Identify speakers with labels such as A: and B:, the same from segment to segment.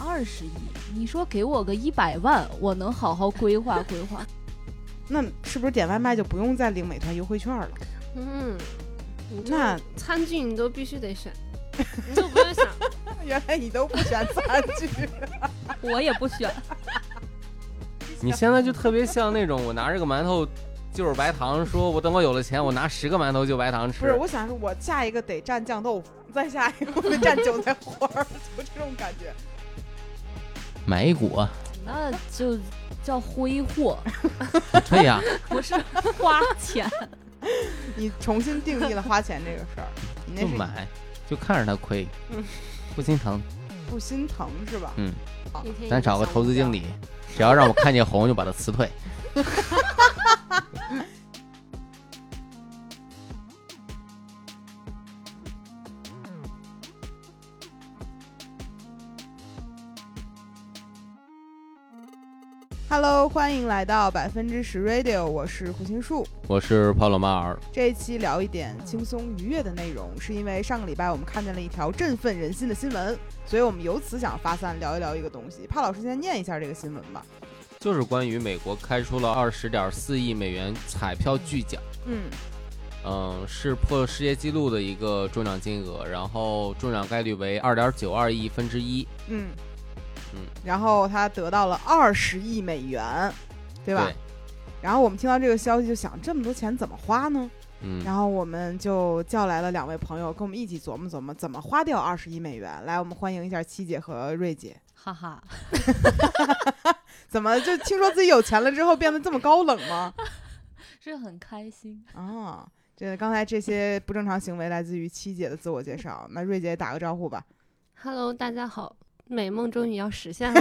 A: 二十亿，你说给我个一百万，我能好好规划规划。
B: 那是不是点外卖就不用再领美团优惠券了？
C: 嗯，你就
B: 那
C: 餐具你都必须 得选，你就不用想。
B: 原来你都不选餐具，
A: 我也不选，
D: 你现在就特别像那种我拿着个馒头就是白糖，说我等我有了钱，我拿十个馒头就白糖
B: 不是？
D: 吃。
B: 我想是我下一个得蘸酱豆腐，再下一个得蘸韭菜花儿，就这种感觉。
D: 买一股， 啊
A: 那就叫挥霍，
D: 对呀、
A: 不是花钱。
B: 你重新定义了花钱这个事儿，你
D: 就
B: 那嗯
D: 买，就看着他亏，不心疼。
B: 是不心疼是吧？
D: 嗯，
C: 一 天一
D: 咱找个投资经理，只要让我看见红就把他辞退。
B: Hello，欢迎来到百分之十 Radio，我是胡心树。
D: 我是帕洛马尔，
B: 这一期聊一点轻松愉悦的内容，是因为上个礼拜我们看见了一条振奋人心的新闻，所以我们由此想发散聊一聊一个东西。帕老师先念一下这个新闻吧。
D: 就是关于美国开出了二十点四亿美元彩票巨奖，
B: 嗯，
D: 嗯，是破世界纪录的一个中奖金额，然后中奖概率为二点九二亿分之一，
B: 嗯
D: 嗯，
B: 然后他得到了二十亿美元，对
D: 对
B: 吧？然后我们听到这个消息就想，这么多钱怎么花呢？
D: 嗯，
B: 然后我们就叫来了两位朋友，跟我们一起琢磨琢磨怎么花掉二十亿美元。来，我们欢迎一下七姐和瑞姐。
A: 哈哈，
B: 怎么就听说自己有钱了之后变得这么高冷 吗？
A: 是很开心。
B: 啊，这刚才这些不正常行为来自于七姐的自我介绍。那瑞姐打个招呼吧。
C: Hello，大家好，美梦终于要实 现了。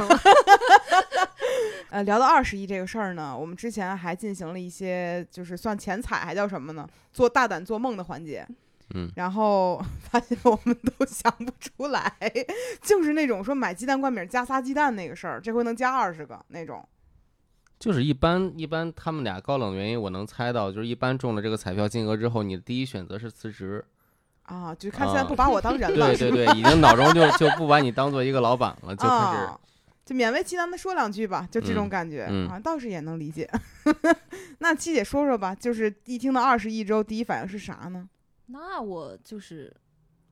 B: 呃，聊到二十亿这个事儿呢，我们之前还进行了一些就是算钱彩，还叫什么呢？做大胆做梦的环节。
D: 嗯，
B: 然后 发现我们都想不出来， 就是那种说买鸡蛋灌饼加仨鸡蛋那个事儿，这回能加二十个那种。
D: 就是一般一般他们俩高冷的原因我能猜到，就是一般中了这个彩票金额之后，你的第一选择是辞职，
B: 啊，就看现在
D: 啊
B: 不把我当人了，
D: 对对 对，已经脑中就就不把你当做一个老板了，就开始
B: 啊，就勉为其难的说两句吧，就这种
D: 嗯
B: 感觉，
D: 嗯
B: 啊，倒是也能理解。 那七姐说说吧，就是一听到二十亿之后，第一反应是啥呢？
A: 那我就是，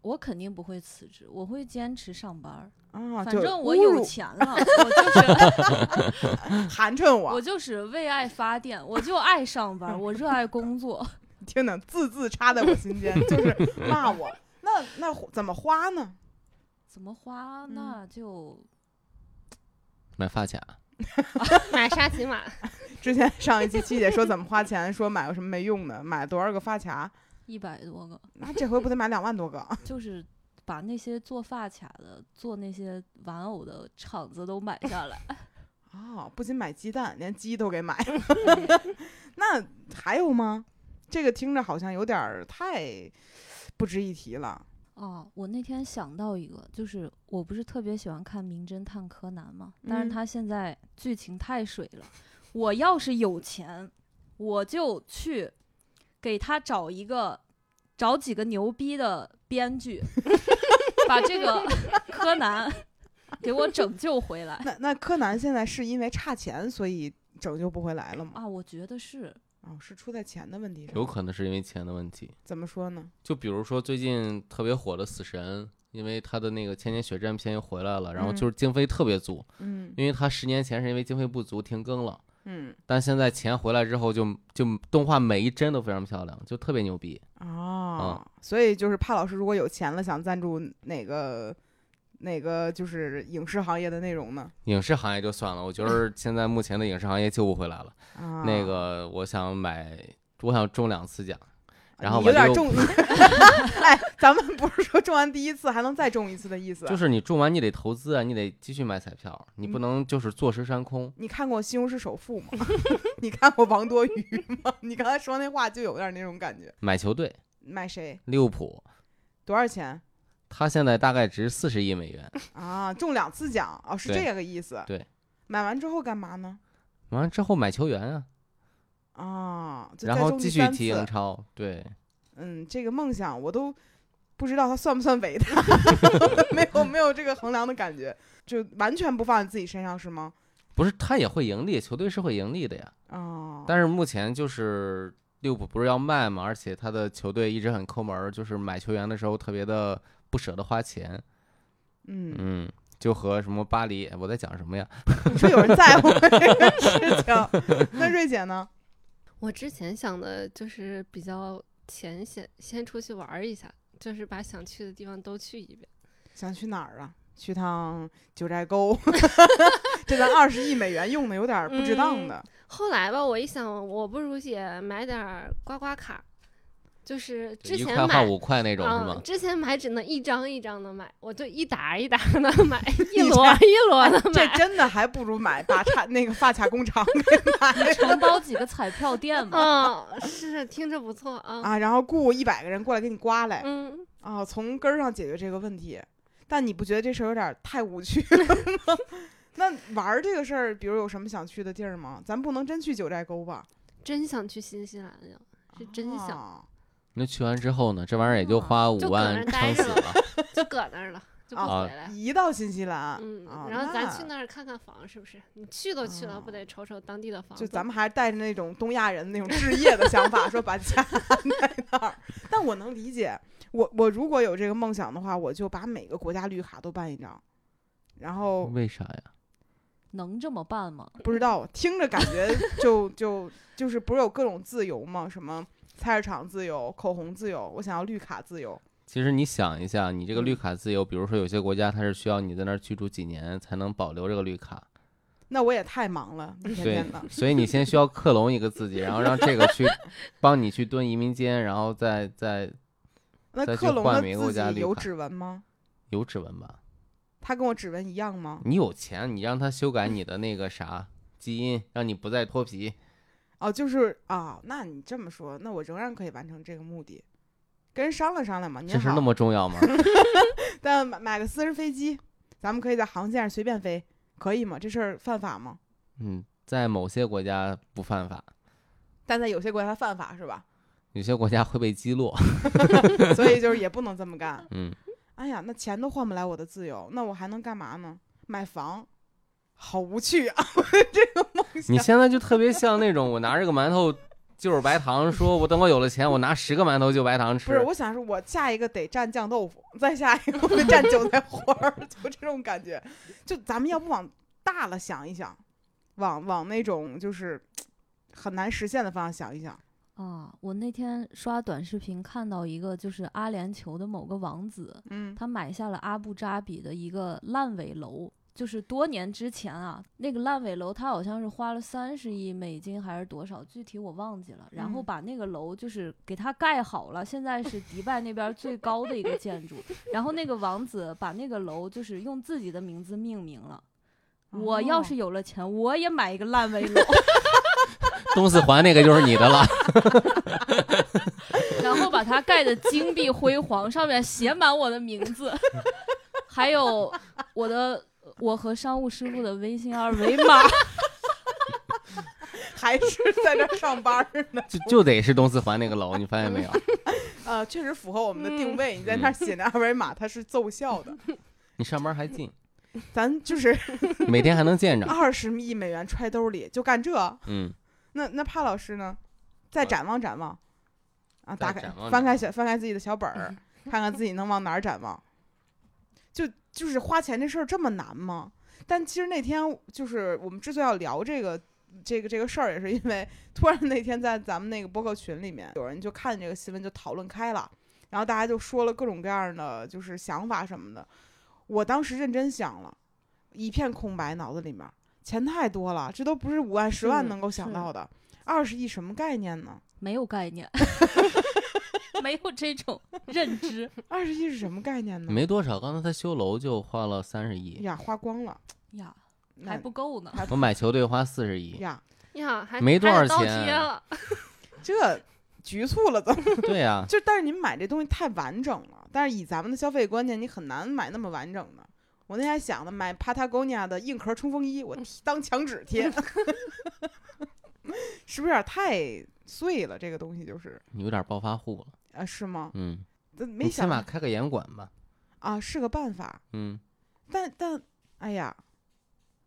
A: 我肯定不会辞职，我会坚持上班儿。
B: 啊，
A: 反
B: 就
A: 正我
B: 侮
A: 有
B: 辱
A: 钱 了，我就是。
B: 寒碜
A: 我
B: 我，
A: 就是为爱发电，我就爱上班，我热爱工作。
B: 听听字字插在我心间，就是骂我。那那怎么花呢？
A: 怎么花？
B: 嗯
A: 那就
D: 买发卡。
C: 买沙琪玛，
B: 之前上一期七姐说怎么花钱，说买个什么没用的，买多少个发卡，
A: 一百多个，
B: 那这回不得买两万多个？啊
A: 就是把那些做发卡的、做那些玩偶的厂子都买下来。
B: 哦，不仅买鸡蛋，连鸡都给买了。 那还有吗？这个听着好像有点儿太不值一提了。
A: 哦，我那天想到一个，就是我不是特别喜欢看《名侦探柯南》嘛，但
B: 嗯
A: 是他现在剧情太水了。我要是有钱，我就去给他找一个，找几个牛逼的编剧， 把这个柯南给我拯救回来
B: 那那柯南现在是因为差钱，所以拯救不回来了吗？
A: 啊！我觉得是，
B: 哦，是出在钱的问题
D: 有
B: 上。
D: 可能是因为钱的问题。
B: 怎么说呢？
D: 就比如说最近特别火的《死神》，因为他的那个《千年血战篇》回来了，然后
B: 嗯
D: 就是经费特别足，
B: 嗯
D: 因为他十年前是因为经费不足停更了，
B: 嗯
D: 但现在钱回来之后就，就动画每一帧都非常漂亮，就特别牛逼。
B: 哦，
D: 啊
B: 所以就是帕老师如果有钱了，想赞助哪个哪个就是影视行业的内容呢？
D: 影视行业就算了，我觉得现在目前的影视行业救不回来了。
B: 啊，
D: 那个，我想买，我想中两次奖，然后
B: 你有
D: 我
B: 点
D: 就
B: 中， 哎，咱们不是说中完第一次还能再中一次的意思啊。
D: 就是你中完你得投资啊，你得继续买彩票，你不
B: 嗯
D: 能就是坐吃山空。
B: 你看过《西红柿首富》吗？ 你看过王多鱼吗？ 你刚才说那话就有点那种感觉。
D: 买球队，
B: 买谁？
D: 利物浦，
B: 多少钱
D: 它现在大概值四十亿美 元。
B: 啊？中两次奖哦，是
D: 对
B: 这个意思。
D: 对，
B: 买完之后干嘛呢？
D: 完了之后买球员啊，
B: 啊，就
D: 然
B: 再
D: 后
B: 中
D: 继
B: 第
D: 续
B: 三
D: 踢
B: 次
D: 英超，对，
B: 嗯，这个梦想我都不知道他算不算伟大， 没有没有这个衡量的感觉，就完全不放在自己身上是吗？
D: 不是他也会盈利，球队是会盈利的呀。
B: 哦，
D: 但是目前就是利物浦不是要卖嘛，而且他的球队一直很抠门儿，就是买球员的时候特别的不舍得花钱。
B: 嗯，
D: 嗯，就和什么巴黎，哎我在讲什么呀？
B: 你说有人在乎这个事情，那瑞姐呢？
C: 我之前想的就是比较浅显，先出去玩儿一下，就是把想去的地方都去一遍。
B: 想去哪儿啊？去趟九寨沟， 这咱二十亿美元用的有点儿不值当的。
C: 后来吧，我一想，我不如也买点儿刮刮卡，就是
D: 就
C: 之
D: 一
C: 前
D: 块换
C: 买。
D: 五块那种是
C: 啊、
D: 吗？
C: 之前买只能一张一张的买，我就一沓一沓的 买，一
B: 你
C: 摞一摞
D: 哎
C: 的
B: 这
C: 嗯买。
B: 真的还不如买把差那个发卡工厂给买
A: 承包几个彩票店 嘛。
C: 嗯，是听着不错啊。
B: 啊，然后雇一百个人过来给你刮来
C: 嗯，
B: 啊，从根儿上解决这个问题。但你不觉得这事儿有点儿太无趣了吗？ 那玩儿这个事儿，比如有什么想去的地儿吗？咱不能真去九寨沟吧？
C: 真想去新西兰呀，是真想，
B: 啊
D: 那去完之后呢？这玩意儿也就花五
C: 就搁那
D: 万
C: 儿
D: 撑
C: 待
D: 死
C: 着
D: 了。
C: 就搁那儿了，就不
D: 啊
C: 回来。
B: 移到新西兰，
C: 哎嗯
B: 啊，
C: 然后咱去
B: 哦那
C: 那儿看看房是不是？你去都去了，不
B: 哦
C: 得瞅瞅当地的房子？
B: 就咱们还是带着那种东亚人那种置业的想法，说把家 在那儿。但我能理解，我我如果有这个梦想的话，我就把每个国家绿卡都办一张。然后
D: 为啥呀？
A: 能这么办吗？
B: 不知道，听着感觉就就就是不是有各种自由吗？什么菜市场自由、口红自由，我想要绿卡自由。
D: 其实你想一下，你这个绿
B: 嗯
D: 卡自由，比如说有些国家它是需要你在那儿居住几年才能保留这个绿卡，
B: 那我也太忙了，一天
D: 对
B: 天的，
D: 所以你先需要克隆一个自己，然后让这个去帮你去蹲移民监，然后再再
B: 那
D: 再去
B: 克隆
D: 换
B: 的
D: 每个国
B: 自
D: 家
B: 己
D: 绿
B: 有
D: 卡
B: 指纹吗？
D: 有指纹吧？
B: 他跟我指纹一样吗？
D: 你有钱，你让他修改你的那个啥基因，让你不再脱皮。
B: 哦，就是啊、那你这么说，那我仍然可以完成这个目的。跟人商量商量嘛，您
D: 这事
B: 好，
D: 儿那么重要吗？
B: 但买买个私人飞机，咱们可以在航线上随便飞，可以吗？这事儿犯法吗？
D: 嗯，在某些国家不犯法，
B: 但在有些国家它犯法是吧？
D: 有些国家会被击落。
B: 所以就是也不能这么干。
D: 嗯，
B: 哎呀，那钱都换不来我的自由，那我还能干嘛呢？买房，好无趣啊！这个梦想
D: 你现在就特别像那种我拿这个馒头就是白糖，说我等我有了钱，我拿十个馒头就白糖
B: 不是，
D: 吃。
B: 我想说，我下一个得蘸酱豆腐，再下一个我得蘸韭菜花儿， 就这种感觉。就咱们要不往大了想一想，往往那种就是很难实现的方向想一想。
A: 啊，我那天刷短视频看到一个，就是阿联酋的某个王子，
B: 嗯，
A: 他买下了阿布扎比的一个烂尾楼，就是多年之前啊，那个烂尾楼他好像是花了三十亿美金还是多少，具体我忘记了。然后
B: 嗯
A: 把那个楼就是给他盖好了，现在是迪拜那边最高的一个建 筑。然后那个王子把那个楼就是用自己的名字命名了。我要
B: 哦
A: 是有了钱，我也买一个烂尾楼，
D: 东四环那个就是你的 了。
A: 然后把它盖得金碧辉煌，上面写满我的名字， 还有我的我和商务师傅的微信二维码。
B: 还是在这儿上班儿 呢，
D: 就就得是东四环那个楼，你发现没有？
B: 呃，确实符合我们的
A: 嗯
B: 定位。你在那儿写那二维码，它是奏效的。
D: 你上班还近，
B: 咱就是
D: 每天还能见着。
B: 二十亿美元揣兜里，就干这。
D: 嗯，
B: 那那帕老师呢？再
D: 我
B: 展望展望，啊，打
D: 再
B: 开
D: 展望
B: 翻
D: 展
B: 开
D: 望
B: 小翻开自己的小本儿，看看自己能往哪儿展望。就就是花钱这事儿这么难吗？但其实那天就是我们之所以要聊这个这个这个事儿，也是因为 突然那天在咱们那个播客群里面，有人就看这个新闻就讨论开了，然后大家就说了各种各样的就是想法什么的。我当时认真想了，一片空白，脑子里面钱太多了，这都不是五万、十万
A: 是
B: 能够想
A: 是
B: 到的。二十亿什么概念呢？
A: 没有概念， 没有这种认知
B: 二十亿是什么概念呢？
D: 嗯没多少，刚才他修楼就花了三十亿，
B: 呀，花光了，
A: 呀，
B: 那
A: 还不够呢。
D: 我买球队花四十亿。
B: 呀，
C: 呀，还
D: 没多
C: 还有
D: 少
C: 倒
D: 钱啊
C: 贴了，
B: 这局促了怎么？
D: 对啊呀、
B: 就但是你买这东西太完整了，但是以咱们的消费观念，你很难买那么完整的。我那天还想呢，买 Patagonia 的硬壳冲锋衣，我贴 当墙纸贴， 是不是有点太碎了？这个东西就是，
D: 你有点暴发户了。
B: 呃，是吗？
D: 嗯，
B: 呃没
D: 你起
B: 想
D: 码
B: 到
D: 开个严管吧。
B: 啊，是个办法。
D: 嗯，
B: 但但哎呀，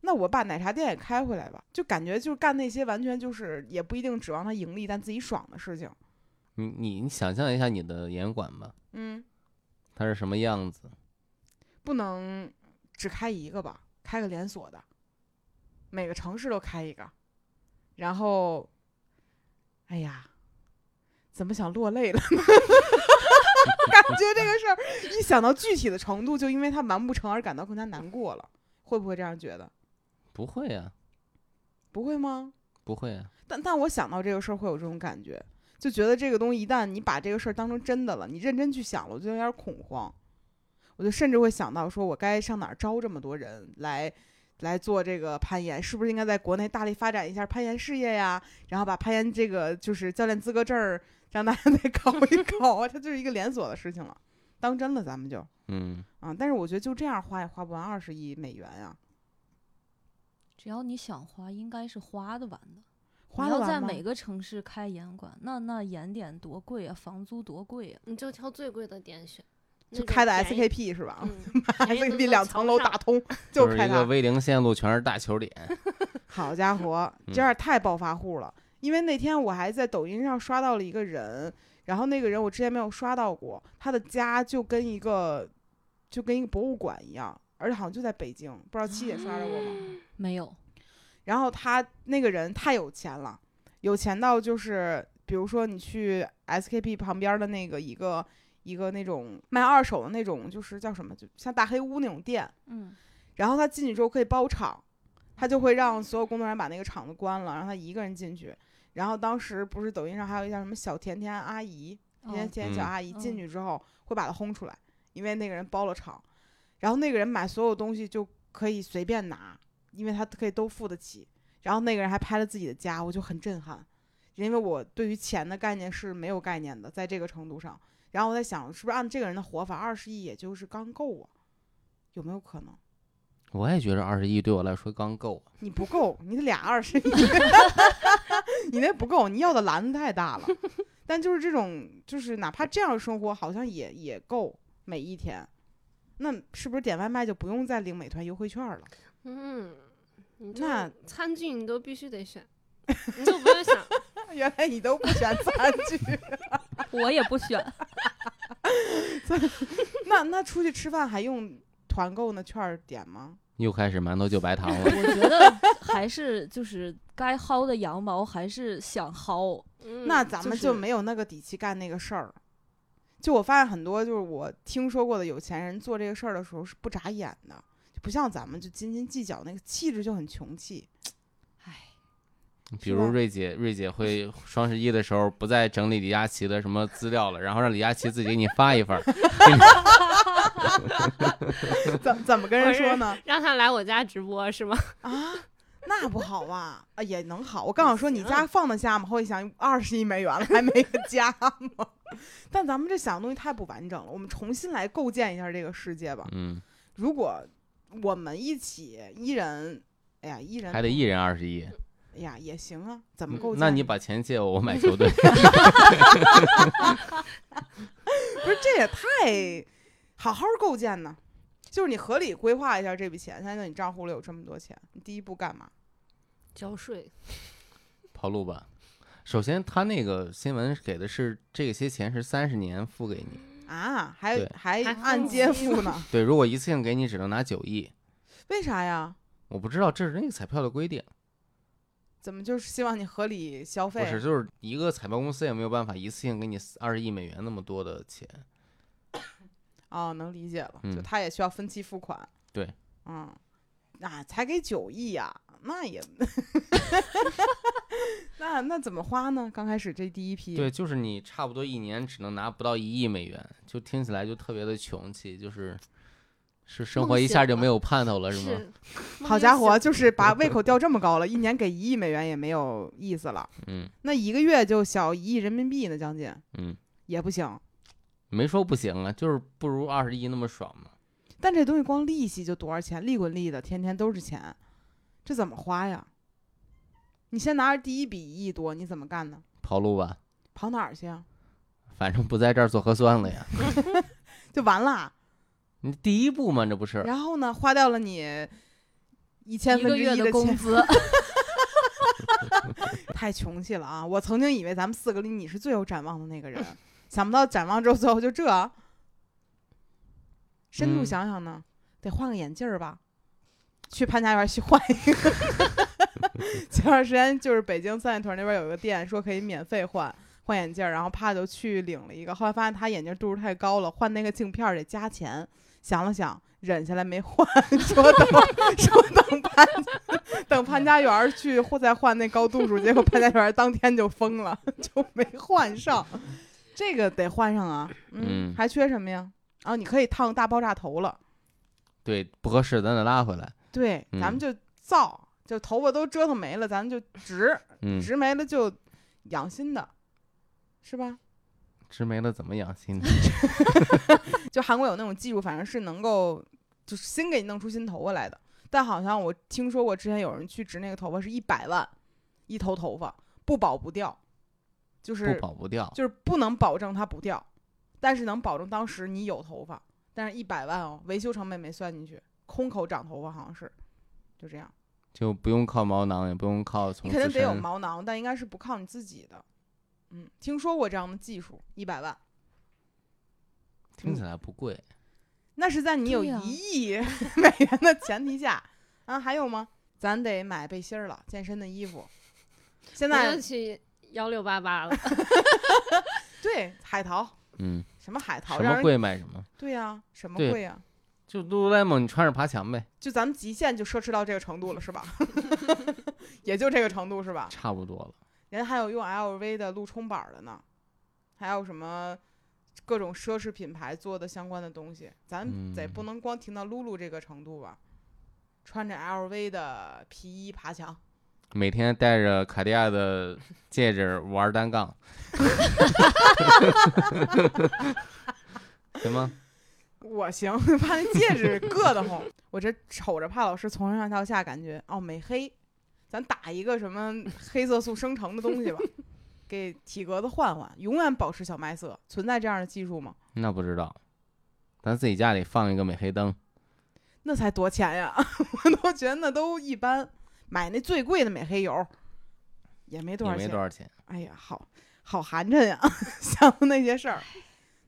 B: 那我把奶茶店也开回来吧，就感觉就是干那些完全就是也不一定指望它盈利，但自己爽的事情。
D: 你你你想象一下你的严管吧，
B: 嗯，
D: 它是什么样子？
B: 不能只开一个吧，开个连锁的，每个城市都开一个。然后，哎呀，怎么想落泪了呢？ 感觉这个事儿一想到具体的程度，就因为它完不成而感到更加难过了。会不会这样觉得？
D: 不会啊，
B: 不会吗？
D: 不会啊。
B: 但但我想到这个事儿会有这种感觉，就觉得这个东西一旦你把这个事儿当成真的了，你认真去想了，我就有点儿恐慌，我就甚至会想到说，我该上哪儿招这么多人来来做这个攀岩？是不是应该在国内大力发展一下攀岩事业呀？然后把攀岩这个就是教练资格证儿让大家 再考一考啊，它就是一个连锁的事情了，当真了咱们就
D: 嗯，
B: 啊，但是我觉得就这样花也花不完二十亿美元啊，
A: 只要你想花，应该是花得完的。
B: 花
A: 你
B: 得
A: 要
B: 完
A: 在
B: 吗
A: 每个城市开严管，那那盐点多贵啊，房租多贵啊！
C: 你就挑最贵的点选，那
B: 就
C: 种
B: 开的
C: 便宜
B: SKP 是吧？
C: 嗯便宜的
B: SKP
C: 都
B: 两
C: 瞧
B: 层
C: 不
B: 楼
C: 上
B: 打通，
D: 就
B: 就是开
D: 一
B: 它
D: 个。微零线路全是大球脸。
B: 好家伙，
D: 嗯
B: 这样太暴发户了。因为那天我还在抖音上刷到了一个人，然后那个人我之前没有刷到过，他的家就跟一个就跟一个博物馆一样，而且好像就在北京，不知道七姐刷到过吗？
A: 没有，
B: 然后他那个人太有钱了，有钱到就是，比如说你去 SKP 旁边的那个一个一个那种卖二手的那种，就是叫什么，就像大黑屋那种店，
A: 嗯，
B: 然后他进去之后可以包场，他就会让所有工作人员把那个场子关了，让他一个人进去。然后当时不是抖音上还有一叫什么小甜甜阿姨，甜甜
A: 哦
B: 甜小
D: 嗯
B: 阿姨进
A: 嗯
B: 去之后会把他轰出来，因为那个人包了场，然后那个人买所有东西就可以随便拿，因为他可以都付得起。然后那个人还拍了自己的家，我就很震撼，因为我对于钱的概念是没有概念的，在这个程度上。然后我在想，是不是按这个人的活法，二十亿也就是刚够啊？有没有可能？
D: 我也觉得二十亿对我来说刚够啊。
B: 你不够，你得俩二 十亿，你那不够，你要的篮子太大了。但就是这种，就是哪怕这样生活，好像也也够每一天。那是不是点外卖就不用再领美团优惠券了？
C: 嗯，你就
B: 那
C: 餐具你都必须得选，你就不用 想
B: 原来你都不选餐具，
A: 我也不选。
B: 那那出去吃饭还用团购那券儿点吗？
D: 又开始馒头就白糖了。
A: 我觉得还是就是该薅的羊毛还是想薅，
C: 嗯
B: 那咱
A: 就
B: 们就是没有那个底气干那个事儿。就我发现很多就是我听说过的有钱人做这个事儿的时候是不眨眼的，就不像咱们就斤斤计较，那个气质就很穷 气。
A: 唉，
D: 比
B: 是
D: 如
B: 吧
D: 瑞姐，瑞姐会双十一的时候不再整理李佳琦的什么资料了，然后让李佳琦自己给你发一份儿，
B: 怎怎么跟人说 呢？
C: 让他来我家直播是吗？
B: 啊，那不好吧？啊，也能好。我刚想说你家放得下吗？后一想二十亿美元了，还没 个家吗？但咱们这想的东西太不完整了，我们重新来构建一下这个世界吧。
D: 嗯，
B: 如果我们一起一人，哎呀，一人
D: 还得一人二十亿。
B: 哎呀，也行啊，怎么构建？
D: 那你把钱借我，我买球队。
B: 不是这也太好好构建呢？就是你合理规划一下这笔钱，现在你账户里有这么多钱，你第一步干嘛？
C: 交税，
D: 跑路吧。首先，他那个新闻给的是这些钱是三十年付给你，
B: 啊，还
D: 对
B: 还
C: 还
B: 按
C: 分
B: 揭
C: 期
B: 付呢？
D: 对，如果一次性给你只能拿九亿，
B: 为啥呀？
D: 我不知道这是那个彩票的规定，
B: 怎么就是希望你合理消
D: 不是
B: 费？
D: 就是一个彩票公司也没有办法一次性给你二十亿美元那么多的钱，
B: 哦，能理解了，就
D: 嗯
B: 他也需要分期付款。
D: 对，
B: 嗯，啊，才给九亿呀、那 也， 那那怎么花呢？刚开始这第一批，
D: 对，就是你差不多一年只能拿不到一亿美元，就听起来就特别的穷气，就是是生
C: 梦
D: 活一下
C: 想
D: 就
C: 嘛
D: 没有盼头了，是吗？
C: 是，
B: 好家伙，就是把胃口吊这么高了，一年给一亿美元也没有意思了。
D: 嗯
B: 那一个月就小一亿人民币呢，将近
D: 嗯，
B: 也不行。
D: 没说不行啊，就是不如二十亿那么爽嘛。
B: 但这东西光利息就多少钱，利滚利的，天天都是钱，这怎么花呀？你先拿着第一笔一亿多，你怎么干呢？
D: 跑路吧，
B: 跑哪儿去啊？
D: 反正不在这儿做核酸了呀。
B: 就完了。啊
D: 你第一步嘛，这不是？
B: 然后呢，花掉了你一千
A: 一
B: 分
A: 个
B: 之
A: 月
B: 一的
A: 工
B: 钱，
A: 资，
B: 太穷气了啊！我曾经以为咱们四个里你是最有展望的那个人，想不到展望之后最后就这。深度
D: 嗯
B: 想想呢，得换个眼镜儿吧，去潘家园去换一个。 前段时间就是北京三里屯那边有一个店，说可以免费换换眼镜儿，然后啪就去领了一个，后来发现他眼镜度数太高了，换那个镜片儿得加钱。想了想，忍下来没换，说等说等潘等潘家园儿去或再换那高度数，结果潘家园儿当天就疯了，就没换上。这个得换上啊，
D: 嗯
B: 还缺什么呀？啊，你可以烫大爆炸头了。
D: 对，不合适，咱得拉回来。
B: 对，咱们
D: 嗯
B: 就造，就头发都折腾没了，咱们就直
D: 嗯，
B: 直没了就养新的，是吧？
D: 直没了怎么养心？
B: 就韩国有那种技术，反正是能够就是新给你弄出新头发来的。但好像我听说过，之前有人去植那个头发是一百万一头头发，不保不掉，就
D: 不
B: 是
D: 跑不掉。
B: 就是不能保证它不掉，但是能保证当时你有头发。但是一百万哦，维修成本没算进去，空口长头发好像是，就这样。
D: 就不用靠毛囊，也不用靠从
B: 你肯定
D: 自
B: 得有
D: 身。
B: 毛囊，但应该是不靠你自己的。嗯，听说过这样的技术，一百万，嗯
D: 听起来不贵。
B: 那是在你有
A: 对
B: 一
A: 呀
B: 亿 美元的前提下啊。还有吗？咱得买背心儿了，健身的衣服。现
C: 我
B: 在
C: 就去幺六八八了。
B: 对海淘，
D: 嗯，
B: 什么海淘，
D: 什
B: 让
D: 么
B: 人
D: 贵买什么，
B: 对呀、什么
D: 对
B: 贵呀、
D: 就 Lululemon 你穿着爬墙呗，
B: 就咱们极限就奢侈到这个程度了，是吧？ 也就这个程度是吧？
D: 差不多了。
B: 人还有用 LV 的路冲板儿的呢，还有什么各种奢侈品牌做的相关的东西，咱得
D: 嗯
B: 不能光停到露露这个程度吧？穿着 LV 的皮衣爬墙，
D: 每天戴着卡地亚的戒指玩 单杠，行吗？
B: 我行， 怕那戒指硌得慌。 我这瞅着怕老师从上到下感觉哦美黑，咱打一个什么黑色素生成的东西吧，给体格子换换，永远保持小麦色。存在这样的技术吗？
D: 那不知道，咱自己家里放一个美黑灯，
B: 那才多钱呀！ 我都觉得那都一般，买那最贵的美黑油也没多
D: 也
B: 少
D: 没
B: 钱。
D: 多少钱。
B: 哎呀，好好寒碜呀， 想的那些事儿。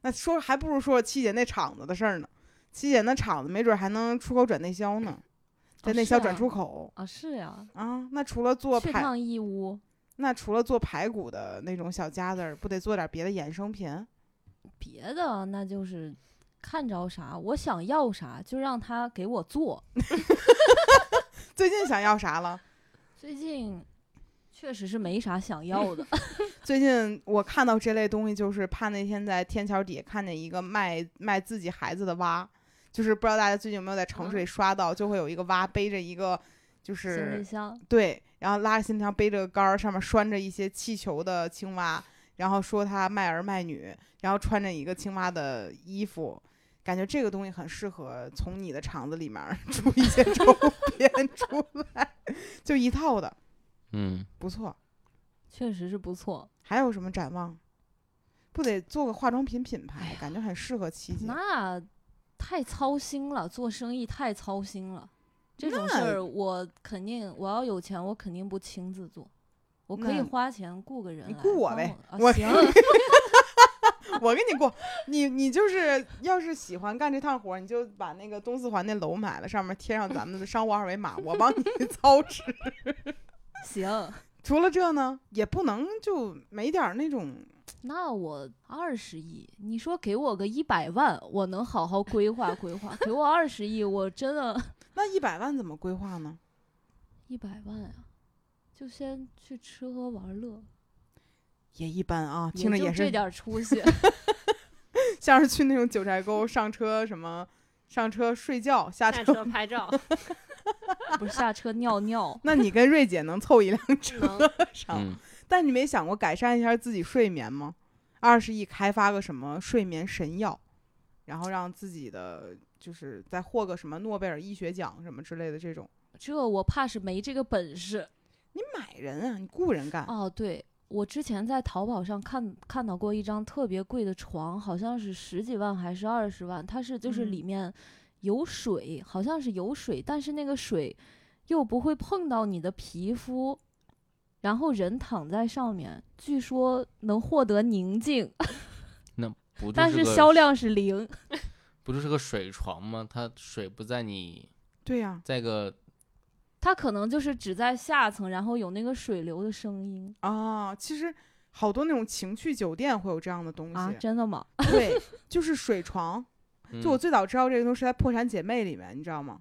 B: 那说还不如说七姐那厂子的事儿呢。七姐那厂子没准还能出口转内销呢，在内销转出口
A: 啊，是呀、
B: 啊那除了做
A: 去
B: 排，
A: 趟义乌，
B: 那除了做排骨的那种小家子儿，不得做点别的衍生品？
A: 别的那就是看着啥，我想要啥就让他给我做。
B: 最近想要啥了？
A: 最近确实是没啥想要 的，
B: 最近我看到这类东西，就是怕那天在天桥底下看见一个卖卖自己孩子的蛙，就是不知道大家最近有没有在城市里刷到，就会有一个蛙背着一个
A: 嗯
B: 就
A: 行李
B: 是
A: 箱
B: 对，然后拉着行李箱背着个杆儿，上面拴着一些气球的青蛙，然后说他卖儿卖女，然后穿着一个青蛙的衣服。感觉这个东西很适合从你的厂子里面儿 出一些周边出来，就一套的，
D: 嗯，
B: 不错。
A: 确实是不错。
B: 还有什么展望？不得做个化妆品品牌，感觉很适合琪姐。
A: 那太操心了，做生意太操心了。这种事
B: 那
A: 儿我肯定，我要有钱，我肯定不亲自做，我可以
B: 那
A: 花钱雇个人
B: 你
A: 来
B: 雇我
A: 帮
B: 呗
A: 啊
B: 我
A: 行，
B: 我跟你过，你你就是要是喜欢干这趟活儿，你就把那个东四环那楼买了，上面贴上咱们的商务二维码，我帮你 操持。
A: 行。
B: 除了这呢，也不能就没点儿那种，
A: 那我二十亿，你说给我个一百万，我能好好规划规划。给我二十亿，我真的
B: 那一百万怎么规划呢？
A: 一百万啊，就先去吃喝玩乐，
B: 也一般啊，听着
A: 也
B: 也
A: 就这
B: 是
A: 点儿出息。
B: 像是去那种九寨沟上车什么，上车睡觉下
C: 下
B: 车。
C: 车拍照，
A: 不是下车尿尿，
B: 那你跟瑞姐能凑一辆
C: 能
B: 车上？
D: 嗯，
B: 但你没想过改善一下自己睡眠吗？二十亿开发个什么睡眠神药，然后让自己的就是再获个什么诺贝尔医学奖什么之类的这种。
A: 这我怕是没这个本事。
B: 你买人啊，你雇人干，
A: 哦，对，我之前在淘宝上看看到过一张特别贵的床，好像是十几万还是二十万，它是就是
B: 嗯
A: 里面有水，好像是有水，但是那个水又不会碰到你的皮肤，然后人躺在上面，据说能获得宁静，
D: 不就
A: 但
D: 是
A: 是
D: 个
A: 销量是零。
D: 不就是个水床吗？它水不在你
B: 对呀、
D: 在个
A: 它可能就是只在下层，然后有那个水流的声音
B: 啊，其实好多那种情趣酒店会有这样的东西，
A: 啊，真的 吗？
B: 对，就是水床。
D: 嗯
B: 就我最早知道这个东西是在《破产姐妹》里面，你知道吗？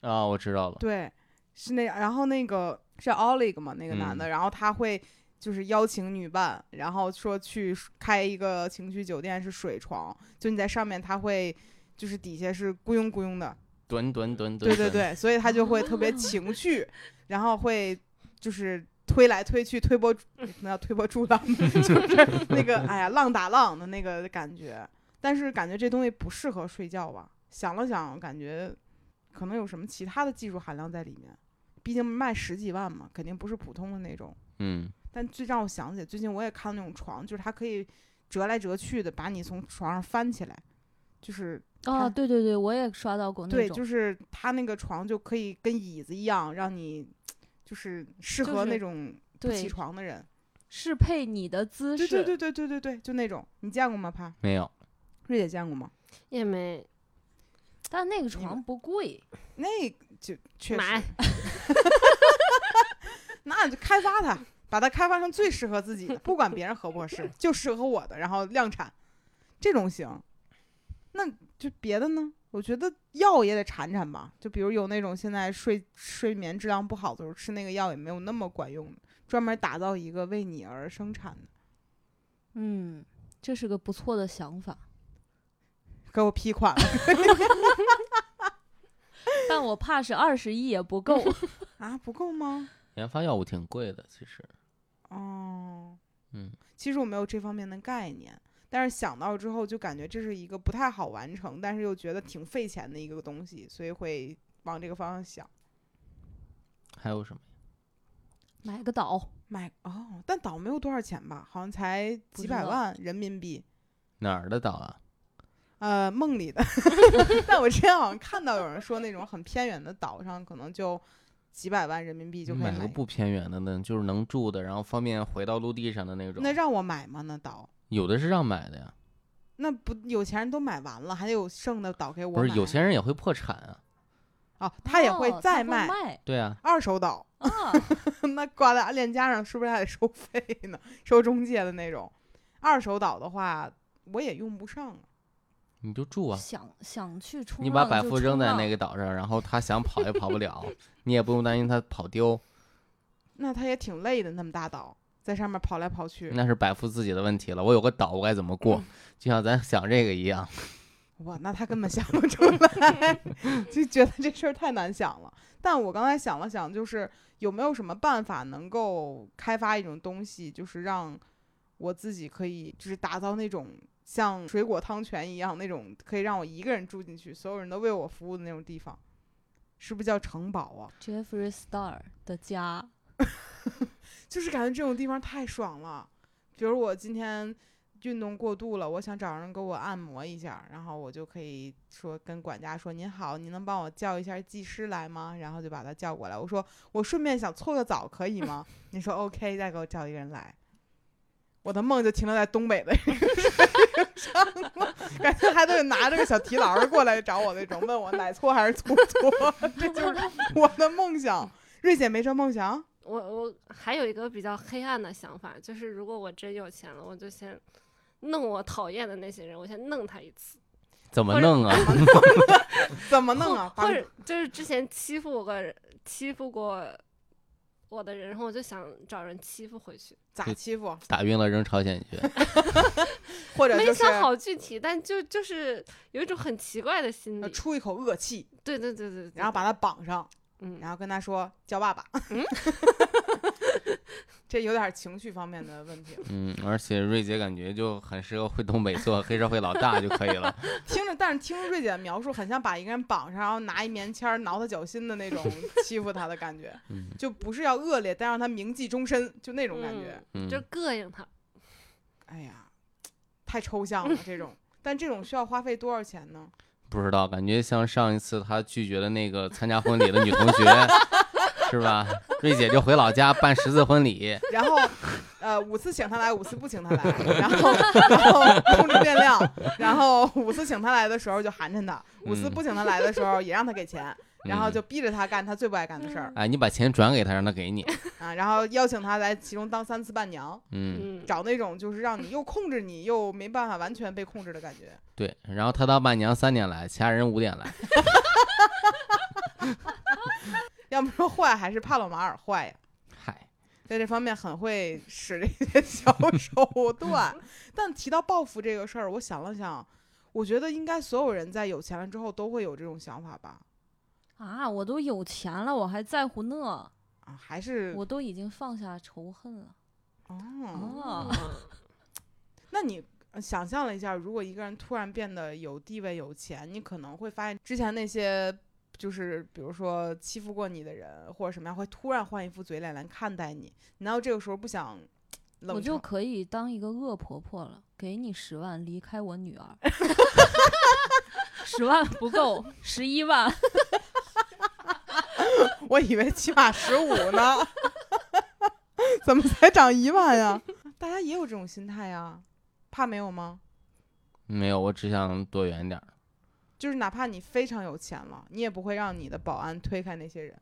D: 啊，我知道了，
B: 对，是那，然后那个是 Oleg 嘛，那个男的，然后他会就是邀请女伴，然后说去开一个情趣酒店是水床，就你在上面，他会就是底下是咕佣咕佣的，
D: 蹲蹲蹲蹲，
B: 对对，对，所以他就会特别情 绪，然后会就是推来推去，推波 助那叫推波助浪， 就是那个哎呀浪打浪的那个感觉。但是感觉这东西不适合睡觉吧？想了想，感觉可能有什么其他的技术含量在里面。毕竟卖十几万嘛，肯定不是普通的那种。
D: 嗯，
B: 但最让我想起来，最近我也看那种床，就是它可以折来折去的，把你从床上翻起来，就是
A: 啊，
B: 它
A: 对对对，我也刷到过那种，
B: 对，就是它那个床就可以跟椅子一样，让你就是适
A: 就
B: 合那
A: 是
B: 种不起
A: 对，
B: 床的人。
A: 适配你的姿势。
B: 对对对对对对对，就那种，你见过吗？啪，
D: 没有，
B: 瑞姐见过吗？
C: 也没
A: 但那个
B: 你
A: 床不贵，
B: 那就确
C: 买
B: 实，， 那就开发它，把它开发成最适合自己的，不管别人合不合适，就适合我的，然后量产，这种行。那就别的呢？我觉得药也得缠缠吧，就比如有那种现在睡睡眠质量不好的时候吃那个药也没有那么管用的，专门打造一个为你而生产的。
A: 嗯，这是个不错的想法。
B: 给我批款了
A: 但我怕是二十亿也不够。
B: 啊？不够吗？
D: 研发药物挺贵的，其实，
B: 哦，
D: 嗯，
B: 其实我没有这方面的概念，但是想到之后就感觉这是一个不太好完成，但是又觉得挺费钱的一个东西，所以会往这个方向想。
D: 还有什么？
A: 买个岛，
B: 买哦，但岛没有多少钱吧？好像才
A: 不
B: 几
A: 知
B: 百
A: 道
B: 万人民币。
D: 哪儿的岛啊？
B: 呃，梦里的， 但我之前好像看到有人说那种很偏远的岛上，可能就几百万人民币就可以
D: 买个
B: 买。
D: 不偏远的呢，就是能住的，然后方便回到陆地上的那种。
B: 那让我买吗？那岛？
D: 有的是让买的呀，
B: 那不有钱人都买完了，还有剩的岛给我
D: 不
B: 买？
D: 是有钱人也会破产啊。
B: 哦，他也会
A: 哦
B: 再
A: 他
B: 卖
A: 卖
D: 对啊，
B: 二手岛，
A: 啊，
B: 那挂在链家上是不是还得收费呢？收中介的那种。二手岛的话，我也用不上啊。
D: 你就住啊，
A: 想想去冲
D: 你
A: 浪
D: 把百富扔在那
A: 个，
D: 个岛上，然后他想跑也跑不了，你也不用担心他跑丢，
B: 那他也挺累的，那么大岛在上面跑来跑去。
D: 那是百富自己的问题了。我有个岛，我该怎么过？就像咱想这个一样，
B: 哇，那他根本想不出来， 就觉得这事儿太难想了。但我刚才想了想，就是有没有什么办法能够开发一种东西，就是让我自己可以，就是打造那种像水果汤泉一样那种，可以让我一个人住进去，所有人都为我服务的那种地方，是不是叫城堡啊？
A: Jeffrey Star 的 家，
B: 就是感觉这种地方太爽了。比如我今天运动过度了，我想找人给我按摩一下，然后我就可以说跟管家说：“您好，您能帮我叫一下技师来吗？”然后就把他叫过来。我说：“我顺便想搓个澡，可以吗？”你说：“OK，再给我叫一个人来。”我的梦就停留在东北的上了，感觉还得拿着个小提篮儿过来找我那种，问我奶搓还是粗搓，这就是我的梦想。瑞姐没这梦想？
C: 我我还有一个比较黑暗的想法，就是如果我真有钱了，我就先弄我讨厌的那些人，我先弄他一次，
D: 怎么
C: 或者
D: 弄啊？
B: 怎么弄啊？把
C: 或者就是之前欺负我个人，欺负过我的人，然后我就想找人欺负回去，
B: 咋
D: 就
B: 欺负？
D: 打晕了扔朝鲜去，
B: 或者
C: 没
B: 就是呃
C: 想好具体，但就就是有一种很奇怪的心
B: 呃
C: 理，
B: 出一口恶气，
C: 对对对对对，
B: 然后把他绑上，
C: 嗯
B: 然后跟他说叫爸爸。 这有点情绪方面的问题了。
D: 嗯，而且瑞姐感觉就很适合会东北做黑社会老大就可以了。
B: 听着，但是听瑞姐的描述，很像把一个人绑上，然后拿一棉签儿挠他脚心的那 种欺负他的感觉，
D: 嗯
B: 就不是要恶劣，但让他铭记终身，就那种感觉。
D: 嗯，
C: 就膈应他。
B: 哎呀，太抽象了这 种。但这种需要花费多少钱呢？
D: 不知道，感觉像上一次她拒绝的那个参加婚礼的女同学，是吧？瑞姐就回老家办十次婚礼，
B: 然后，呃，五次请他来，五次不请他来，然后，然后控制变量，然后五次请他来的时候就寒碜他，五次
D: 嗯
B: 不请他来的时候也让他给钱，然后
D: 嗯
B: 就逼着他干他最不爱干的事儿
D: 哎，你把钱转给她，让她给 你。
B: 啊，然后邀请他来其中当三次伴娘，
D: 嗯，
C: 嗯，
B: 找那种就是让你又控制你又没办法完全被控制的感觉。
D: 对。然后她当伴娘三点来，其他人五点来。
B: 要不说坏还是帕洛马尔坏呀，
D: 嗨，
B: 在这方面很会使这些小手段。但提到报复这个事儿，我想了想，我觉得应该所有人在有钱了之后都会有这种想法吧。
A: 啊，我都有钱了，我还在乎那？
B: 啊，还是
A: 我都已经放下仇恨了。
C: 嗯
B: 哦，
A: 哦，
B: 那你呃想象了一下，如果一个人突然变得有地位、有钱，你可能会发现之前那些就是比如说欺负过你的人或者什么样，会突然换一副嘴脸来看待你。你难道这个时候不想冷
A: 我就
B: 场？
A: 可以当一个恶婆婆了，给你十万，离开我女 儿。十万不够，十一万。
B: 我以为起码十五呢， 怎么才涨一万呀？大家也有这种心态呀，怕没有吗？
D: 没有，我只想躲远点儿。
B: 就是哪怕你非常有钱了，你也不会让你的保安推开那些人。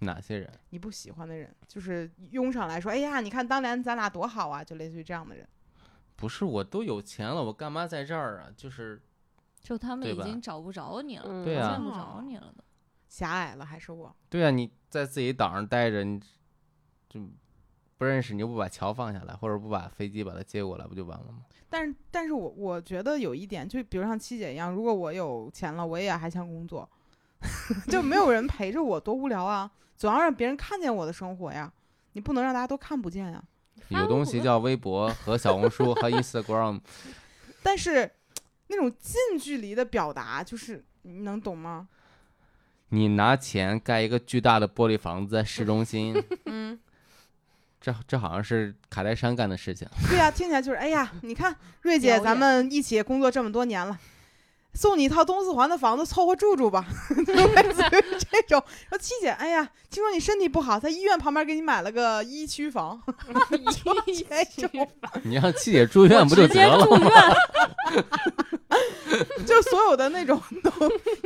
D: 哪些人？
B: 你不喜欢的人，就是拥上来说：“哎呀，你看当年咱俩多好啊！”就类似于这样的人。
D: 不是我都有钱了，我干嘛在这儿啊？就是
A: 就他们已
D: 对吧
A: 经找不着你了，
C: 嗯
D: 对啊
A: 见不着你了都。
B: 狭隘了还是我？
D: 对啊，你在自己岛上待着，你就不认识，你就不把桥放下来，或者不把飞机把它接过来，不就完了吗？
B: 但是，但是我我觉得有一点，就比如像七姐一样，如果我有钱了，我也还想工作， 就没有人陪着我，多无聊啊！总要让别人看见我的生活呀，你不能让大家都看不见呀。
D: 有东西叫微博和小红书和 Instagram，
B: 但是，那种近距离的表达，就是你能懂吗？
D: 你拿钱盖一个巨大的玻璃房子在市中心，
B: 嗯，
D: 这这好像是卡戴珊干的事情。
B: 对呀、听起来就是，哎呀，你看瑞姐，
A: 表
B: 咱
A: 演
B: 们一起工作这么多年了，送你一套东四环的房子凑合住住吧， 就类似于这种。说七姐，哎呀，听说你身体不好，在医院旁边给你买了个一 区房，这种
D: 你让七姐住院不就
A: 直接
D: 得了
A: 住
D: 吗？
A: 院，
B: 就所有的那种都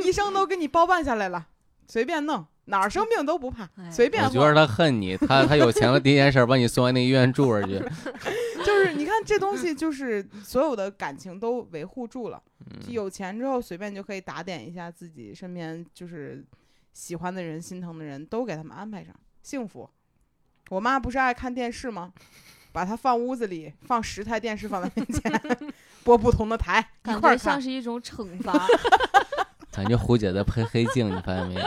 B: 医生都给你包办下来了，随便弄，哪儿生病都不怕，
A: 哎
B: 随便
D: 我
B: 弄。
D: 觉得他恨你，他他有钱了，第一件事儿把你送到那医院住着 去。
B: 就是你看这东西，就是所有的感情都维护住了。
D: 嗯
B: 就有钱之后，随便就可以打点一下自己身边就是喜欢的人、心疼的人，都给他们安排上幸福。我妈不是爱看电视吗？把它放屋子里，放十台电视放在面前， 播不同的台，一
A: 感
B: 块
A: 觉
B: 儿
A: 像
B: 看。
A: 是一种 惩罚。
D: 感觉胡姐在拍黑镜，你发现没有？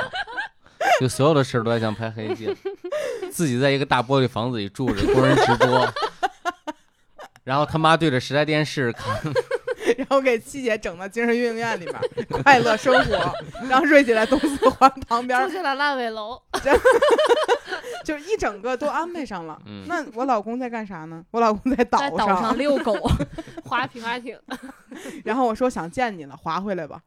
D: 就所有的事儿都在像拍黑镜， 自己在一个大玻璃房子里住着，供人直播，然后他妈对着时代电视看，
B: 然后给七姐整到精神病院里边儿，快乐生活。然后瑞姐在东四环旁边
C: 住
B: 儿，
C: 进了烂尾 楼，
B: 就是一整个都安排上了。
D: 嗯，
B: 那我老公在干啥呢？我老公在岛
A: 在岛 上遛狗，
C: 划皮划 艇，
B: 然后我说想见你了，划回来吧。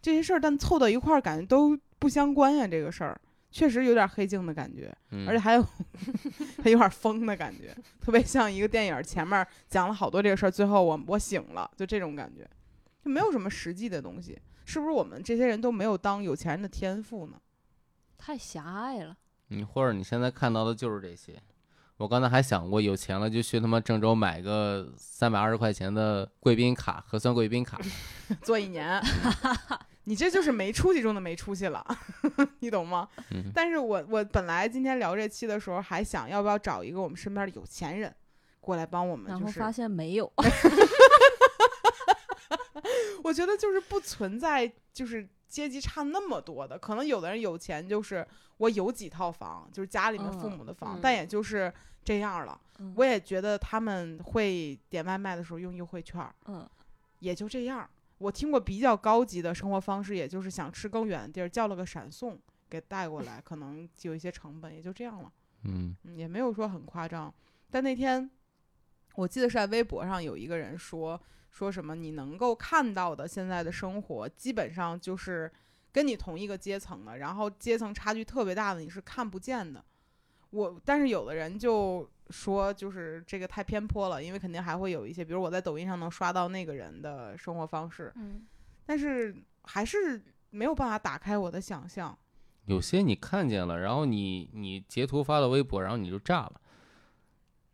B: 这些事儿，但凑到一块儿，感觉都不相关呀、这个事儿确实有点黑镜的感觉，
D: 嗯
B: 而且还有 还有点疯的感觉，特别像一个电影儿前面儿讲了好多这个事儿，最后我我醒了，就这种感觉，就没有什么实际的东西。是不是我们这些人都没有当有钱人的天赋呢？
A: 太狭隘了。
D: 你或者你现在看到的就是这些。我刚才还想过，有钱了就去他妈郑州买个三百二十块钱的贵宾卡，核酸贵宾 卡，
B: 做一年， 你这就是没出息中的没出息了， 你懂吗？
D: 嗯
B: 但是我我本来今天聊这期的时候，还想要不要找一个我们身边的有钱人过来帮我们，
A: 然
B: 就
A: 后
B: 是
A: 发现没有，
B: 我觉得就是不存在就是阶级差那么多的。可能有的人有钱，就是我有几套房，就是家里面父
A: 嗯
B: 母的房，
C: 嗯
B: 但也就是这样了。
A: 嗯
B: 我也觉得他们会点外卖的时候用优惠券儿，
A: 嗯
B: 也就这样。我听过比较高级的生活方式，也就是想吃更远的地儿，叫了个闪送给带过来，可能有一些成本，也就这样了。
D: 嗯
B: 嗯，也没有说很夸张。但那天我记得是在微博上有一个人说说什么，你能够看到的现在的生活，基本上就是跟你同一个阶层的，然后阶层差距特别大的你是看不见的。我但是有的人就说，就是这个太偏颇了，因为肯定还会有一些，比如我在抖音上能刷到那个人的生活方式，
A: 嗯
B: 但是还是没有办法打开我的想象。
D: 有些你看见了，然后你你截图发到微博，然后你就炸了。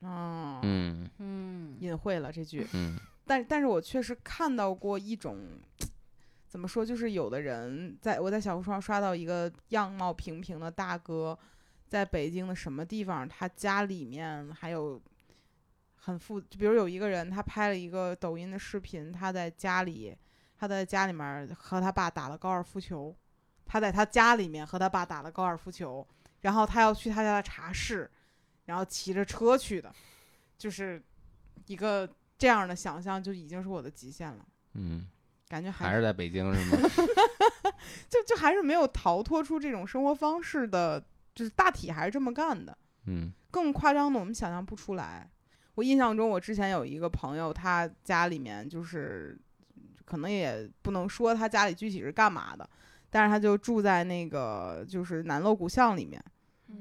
B: 嗯，
D: 嗯
C: 嗯，
B: 隐晦了这句。
D: 嗯
B: 但但是我确实看到过一种，怎么说，就是有的人在我在小红书上刷到一个样貌平平的大哥，在北京的什么地方，他家里面还有很富，就比如有一个人他拍了一个抖音的视频，他在家里，他在家里面和他爸打了高尔夫球，他在他家里面和他爸打了高尔夫球，然后他要去他家的茶室，然后骑着车去的，就是一个。这样的想象就已经是我的极限了，
D: 嗯，
B: 感觉
D: 还
B: 还
D: 是在北京是吗？
B: 就就还是没有逃脱出这种生活方式的，就是大体还是这么干的。
D: 嗯
B: 更夸张的我们想象不出来。我印象中，我之前有一个朋友，他家里面就是可能也不能说他家里具体是干嘛的，但是他就住在那个就是南锣鼓巷里面，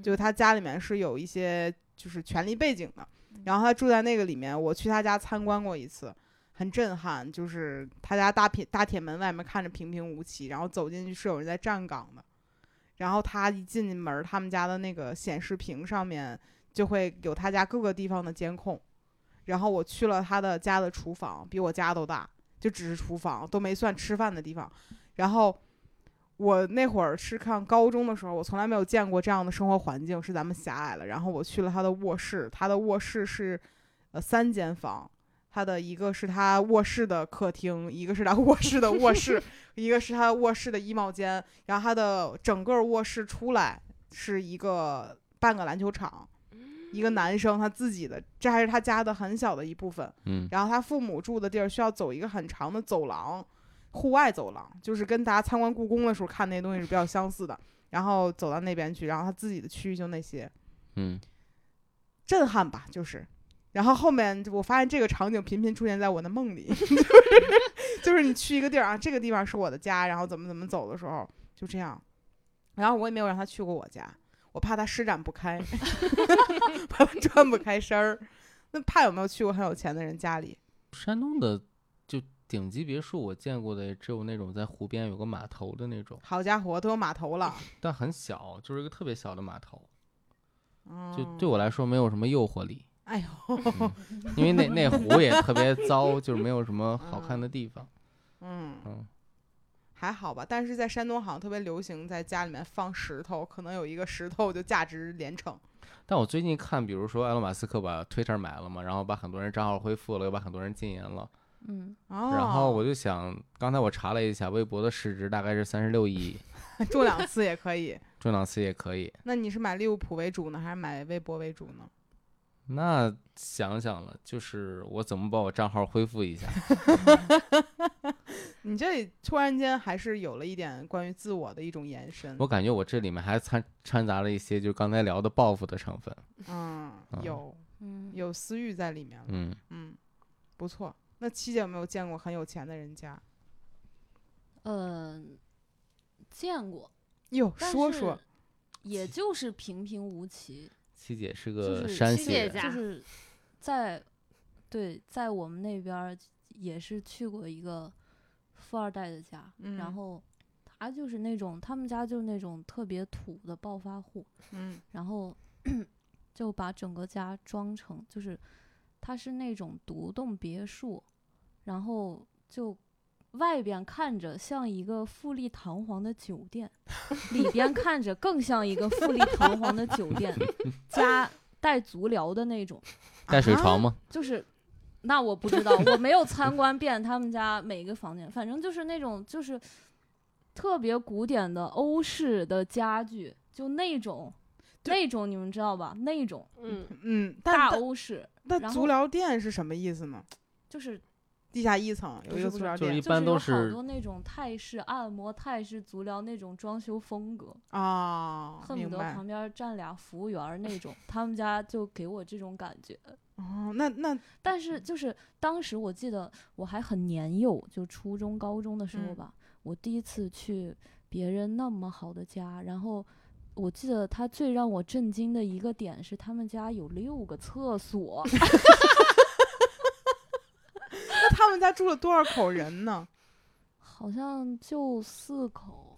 B: 就他家里面是有一些就是权力背景的，然后他住在那个里面，我去他家参观过一次，很震撼，就是他家大铁大铁门外面看着平平无奇，然后走进去是有人在站岗的，然后他一进门儿，他们家的那个显示屏上面就会有他家各个地方的监控，然后我去了他的家的厨房，比我家都大，就只是厨房都没算吃饭的地方，然后。我那会儿是上高中的时候，我从来没有见过这样的生活环境，是咱们狭隘了。然后我去了他的卧室，他的卧室是呃三间房，他的一个是他卧室的客厅，一个是他卧室的 卧室，一个是他卧室的衣帽间，然后他的整个卧室出来是一个半个篮球场。一个男生他自己的，这还是他家的很小的一部分。
D: 嗯
B: 然后他父母住的地儿需要走一个很长的走廊，户外走廊，就是跟大家参观故宫的时候看那些东西是比较相似的。然后走到那边去，然后他自己的区域就那些
D: 嗯，
B: 震撼吧，就是。然后后面我发现这个场景频频出现在我的梦里，就是就是你去一个地儿啊，这个地方是我的家，然后怎么怎么走的时候就这样。然后我也没有让他去过我家，我怕他施展不开， 怕他转不开身儿。那怕有没有去过很有钱的人家里？
D: 山东的就顶级别墅，我见过的也只有那种在湖边有个码头的那种，
B: 好家伙，都有码头了，
D: 但很小，就是一个特别小的码头，就
B: 嗯
D: 对我来说没有什么诱惑力，嗯
B: 哎呦，
D: 因为那那湖也特别糟，就是没有什么好看的地方。
B: 嗯，
D: 嗯，
B: 还好吧。但是在山东好像特别流行在家里面放石头，可能有一个石头就价值连城。
D: 但我最近看，比如说埃隆·马斯克把 Twitter 买了嘛，然后把很多人账号恢复了，又把很多人禁言了。
A: 嗯，
B: 哦，
D: 然后我就想，刚才我查了一下，微博的市值大概是三十六亿，
B: 中两次也可以。
D: 中档次也可以。
B: 那你是买利物浦为主呢，还是买微博为主呢？
D: 那想想了，就是我怎么把我账号恢复一下？
B: 你这突然间还是有了一点关于自我的一种延伸
D: 我。感觉我这里面还掺掺杂了一些，就刚才聊的报复的成分。
B: 嗯，有
A: 嗯
B: 有私欲在里面了。
D: 啊嗯，
B: 嗯，不错。那七姐有没有见过很有钱的人家？
A: 呃，见过，
B: 哟，
A: 但
B: 说
A: 是
B: 说，
A: 也就是平平无奇，
D: 七姐是
A: 就
D: 个
A: 是
D: 山
C: 七
D: 西
C: 姐
D: 人，
C: 家
A: 就是在对，在我们那边儿也是去过一个富二代的家，
B: 嗯
A: 然后他就是那种他们家就是那种特别土的暴发户，
B: 嗯
A: 然后 就把整个家装成就是它是那种独栋别墅，然后就外边看着像一个富丽堂皇的酒店，里边看着更像一个富丽堂皇的酒店， 加带足疗的那种，
D: 带水床
B: 啊
D: 吗？
A: 就是。那我不知道，我没有参观遍他们家每一个房间，反正就是那种，就是特别古典的欧式的家具，就那种
B: 对
A: 那种你们知道吧？那种
C: 嗯，
B: 嗯，
A: 大
B: 但但
A: 欧式
B: 那
A: 然
B: 足
A: 后
B: 疗店是什么意思呢？
A: 就是
B: 地下一层有
A: 不
B: 一
A: 是
B: 个
A: 不
B: 足
A: 是
B: 疗
D: 就是
B: 店
D: 一般
A: 就
D: 都
A: 是有好
D: 是
A: 多那种泰式按摩、泰式足疗那种装修风格，
B: 啊，
A: 恨
B: 明
A: 不得
B: 白。
A: 旁边站俩服务员儿那种。他们家就给我这种感觉。
B: 哦，那那
A: 但是就是当时我记得我还很年幼，就初中、高中的时候
B: 嗯
A: 吧，我第一次去别人那么好的家，然后我记得他最让我震惊的一个点是，他们家有六个厕 所，
B: 那他们家住了多少口 人呢？
A: 好像就四口，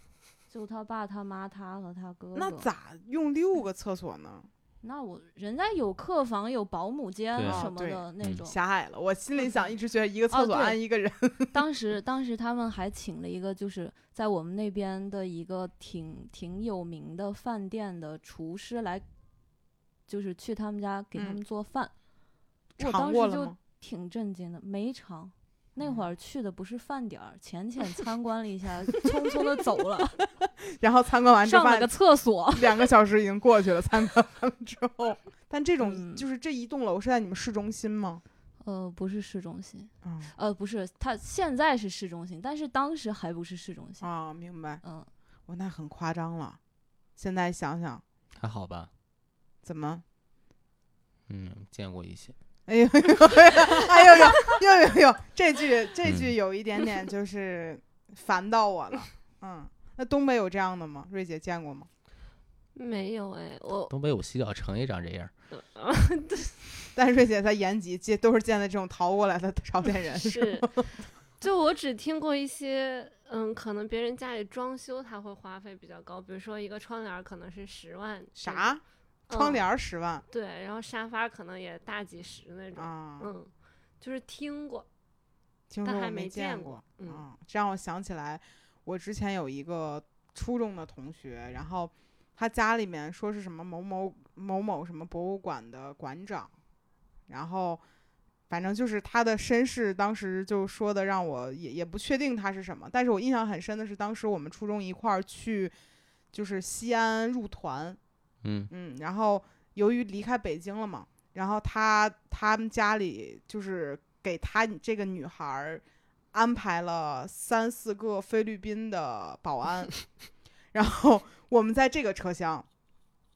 A: 就他爸、他妈、他和他哥哥。
B: 那咋用六个厕所呢？
A: 那我人家有客房、有保姆间
D: 对
A: 什
B: 哦
A: 么
B: 对
A: 的那
D: 嗯
A: 种。
B: 狭隘了，我心里想一直觉得一个厕所
A: 哦对
B: 安一个人。
A: 当时当时他们还请了一个，就是在我们那边的一个挺挺有名的饭店的厨师来，就是去他们家给他
B: 嗯
A: 们做饭。我
B: 尝
A: 当
B: 过
A: 时
B: 了
A: 就
B: 吗？
A: 挺震惊的，没尝。那会
B: 嗯
A: 儿去的不是饭点儿， 浅浅参观了一下，匆匆的走了，
B: 然后参观完之
A: 上
B: 后
A: 了，个厕所。
B: 两个小时已经过去了。参观完之后，但这种、
A: 嗯
B: 就是这一栋楼是在你们市中心吗？
A: 呃，不是市中心，
B: 嗯
A: 呃，不是，它现在是市中心，但是当时还不是市中心。
B: 啊，明白。
A: 嗯，
B: 我那很夸张了。现在想想
D: 还好吧？
B: 怎么？
D: 嗯，见过一些。
B: 哎呦，哎呦呦呦呦呦！这句这句有一点点就是烦到我了。嗯，那东北有这样的吗？瑞姐见过吗？
C: 没有哎，我呃
D: 东北有洗脚城也长这样，
B: 但瑞姐在延吉见都是见的这种逃过来的朝鲜人，
C: 是，就我只听过一些，嗯，可能别人家里装修他会花费比较高，比如说一个窗帘儿可能是十万，
B: 啥？窗
C: 嗯
B: 帘儿十万、
C: 对，然后沙发可能也大几十那种，
B: 啊？
C: 嗯，就是听过，
B: 听
C: 但
B: 说我
C: 还没
B: 见
C: 见过嗯
B: 啊，这让我想起来，我之前有一个初中的同学，然后他家里面说是什么某某某某什么博物馆的馆长，然后反正就是他的身世，当时就说的让我也也不确定他是什么，但是我印象很深的是，当时我们初中一块儿去，就是西安入团，
D: 嗯，
B: 嗯，然后由于离开北京了嘛，然后他他们家里就是给他这个女孩儿安排了三四个菲律宾的保安，然后我们在这个车厢，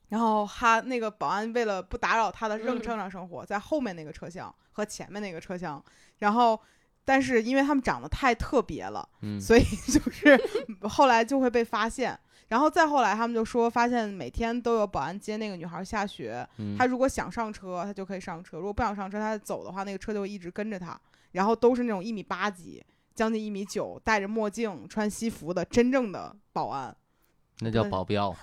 B: 然后他那个保安为了不打扰他的正
C: 嗯
B: 正常生活，在后面那个车厢和前面那个车厢，然后但是因为他们长得太特别了。
D: 嗯
B: 所以 就是后来就会被发现，然后再后来他们就说，发现每天都有保安接那个女孩下学，
D: 嗯
B: 她如果想上车，她就可以上车；如果不想上车，她走的话，那个车就会一直跟着她。然后都是那种一米八几，将近一米九，戴着墨镜、穿西服的真正的保安。
D: 那叫保镖。啊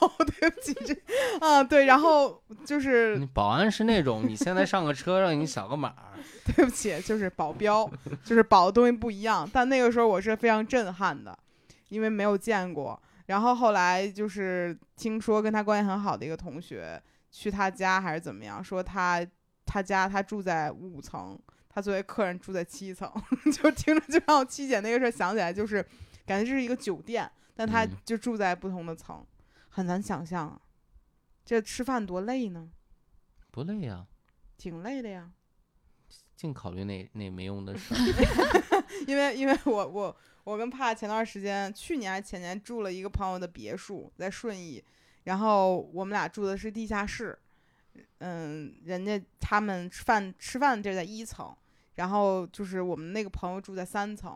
B: 哦，对不起，这啊对，然后就是
D: 你保安是那种，你现在上个车让你扫个码儿，
B: 对不起，就是保镖，就是保的东西不一样。但那个时候我是非常震撼的，因为没有见过。然后后来就是听说跟他关系很好的一个同学去他家还是怎么样，说他他家他住在五层，他作为客人住在七层， 就听着就让我七姐那个事儿想起来，就是感觉这是一个酒店，但他
D: 嗯
B: 就住在不同的层，很难想象啊，这吃饭多累呢，
D: 不累呀、
B: 挺累的呀。
D: 净考虑那那没用的事儿。
B: 因为因为我我我跟帕前段时间去年还前年住了一个朋友的别墅，在顺义，然后我们俩住的是地下室，嗯，人家他们吃饭吃饭这在一层，然后就是我们那个朋友住在三层，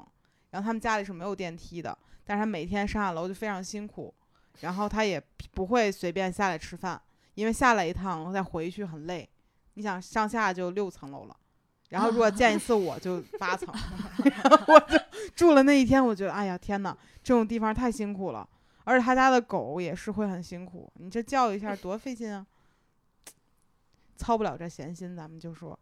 B: 然后他们家里是没有电梯的，但是他每天上下楼就非常辛苦，然后他也不会随便下来吃饭，因为下来一趟然后再回去很累，你想上下就六层楼了。然后如果见一次我就八层，然后我就 住了那一天，我觉得哎呀天哪，这种地方太辛苦了，而且他家的狗也是会很辛苦，你这叫一下多费劲啊，操不了这闲心，咱们就说。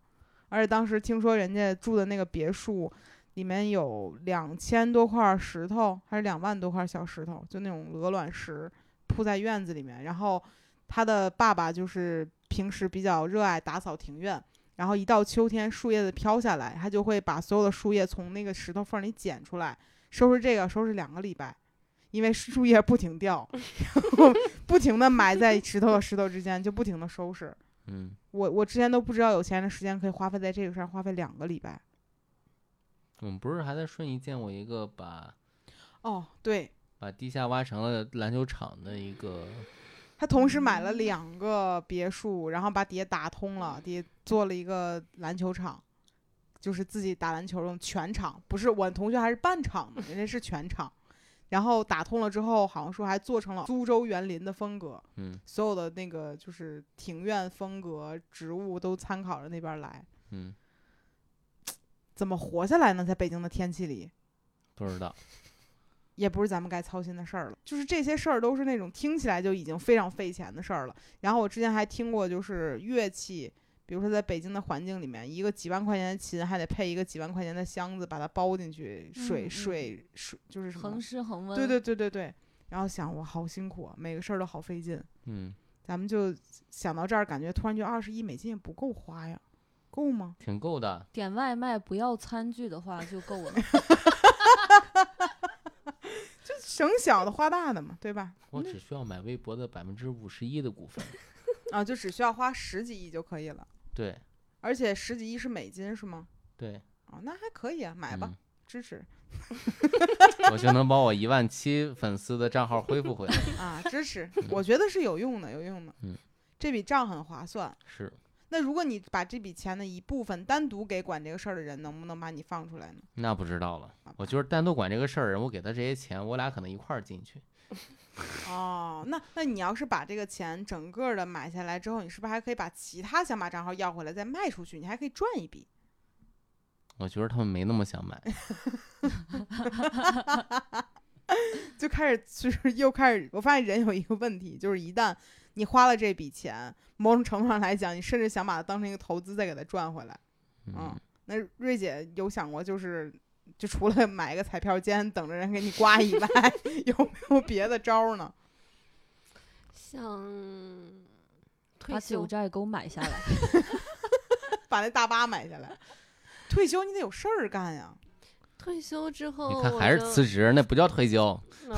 B: 而且当时听说人家住的那个别墅里面有两千多块石头，还是两万多块小石头，就那种鹅卵石铺在院子里面。然后他的爸爸就是平时比较热爱打扫庭院，然后一到秋天，树叶子飘下来，他就会把所有的树叶从那个石头缝里捡出来，收拾这个，收拾两个礼拜，因为树叶不停掉，然后不停的埋在石头和石头之间，就不停的收拾。
D: 嗯，
B: 我我之前都不知道有钱人的时间可以花费在这个上，花费两个礼拜。
D: 我们不是还在顺义见过一个把
B: 哦，对，
D: 把地下挖成了篮球场的一个，
B: 他同时买了两个别墅，然后把底下打通了，底下做了一个篮球场，就是自己打篮球用全场，不是我同学还是半场呢，人家是全场。然后打通了之后，好像说还做成了苏州园林的风格，
D: 嗯
B: 所有的那个就是庭院风格、植物都参考着那边来。
D: 嗯，
B: 怎么活下来呢？在北京的天气里，
D: 不知道，
B: 也不是咱们该操心的事儿了。就是这些事儿都是那种听起来就已经非常费钱的事儿了。然后我之前还听过，就是乐器，比如说在北京的环境里面，一个几万块钱的琴还得配一个几万块钱的箱子，把它包进去，水、
A: 嗯
B: 水水就是什么
A: 恒？湿恒温，
B: 对对对对对。然后想我好辛苦啊，每个事儿都好费劲。
D: 嗯，
B: 咱们就想到这儿，感觉突然觉得二十一美金也不够花呀，够吗？
D: 挺够的。
A: 点外卖不要餐具的话就够了。
B: 省小的花大的嘛，对吧？
D: 我只需要买微博的百分之五十一的股 份，
B: 啊，就只需要花十几亿就可以了，
D: 对
B: 而且十几亿是美金是吗？
D: 对，
B: 哦，那还可以啊，买
D: 嗯
B: 吧，支持
D: 嗯，我就能把我一万七粉丝的账号恢复回来。
B: 啊，支 持，我觉得是有用的，有用的。
D: 嗯，
B: 这笔账很划算。
D: 是，
B: 那如果你把这笔钱的一部分单独给管这个事儿的人，能不能把你放出来呢？
D: 那不知道了。
B: 好吧
D: 我就是单独管这个事儿人，我给他这些钱，我俩可能一块儿进去。
B: 哦，那那你要是把这个钱整个的买下来之后，你是不是还可以把其他想把账号要回来再卖出去？你还可以赚一笔。
D: 我觉得他们没那么想买。
B: 就开始就是又开始，我发现人有一个问题，就是一旦你花了这笔钱，某种程度上来讲，你甚至想把它当成一个投资再给它赚回来。嗯
D: 嗯，
B: 那瑞姐有想过，就是就除了买一个彩票间等着人给你刮以外， 有没有别的招儿呢？
C: 像退
A: 把
C: 休
A: 九寨沟买下来，
B: 把那大巴买下来，退休你得有事儿干呀。
C: 退休之
B: 哦
C: 后，
D: 你
C: 我
D: 看还是
C: 就
D: 辞职，那不叫退休。
C: 嗯，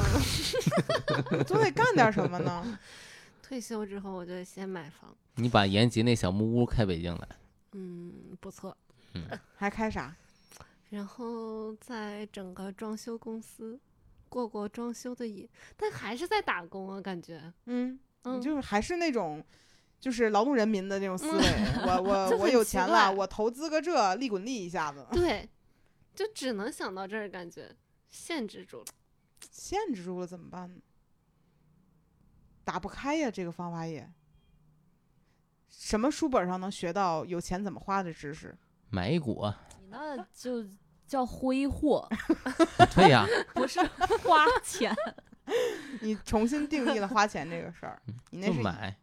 B: 总得干点什么呢？
C: 退休之后我就先买房，
D: 你把延吉那小木屋开北京来，
C: 嗯，不错。
B: 还开啥？
C: 然后在整个装修公司过过装修的瘾，但还是在打工啊，感觉。
B: 嗯，你
C: 嗯，
B: 就是还是那种，就是劳动人民的那种思
C: 嗯
B: 维。我我
C: 就
B: 我
C: 很
B: 有
C: 奇
B: 钱
C: 怪
B: 了，我投资个这，利滚利一下子。
C: 对，就只能想到这儿，感觉限制住了。
B: 限制住了怎么办呢？打不开呀，这个方法也。什么书本上能学到有钱怎么花的知识？
D: 买一股啊。
A: 你 那就叫挥 霍，
D: 对呀、
A: 不是花 钱。
B: 你重新定义了花钱这个事儿，你那
D: 就是买，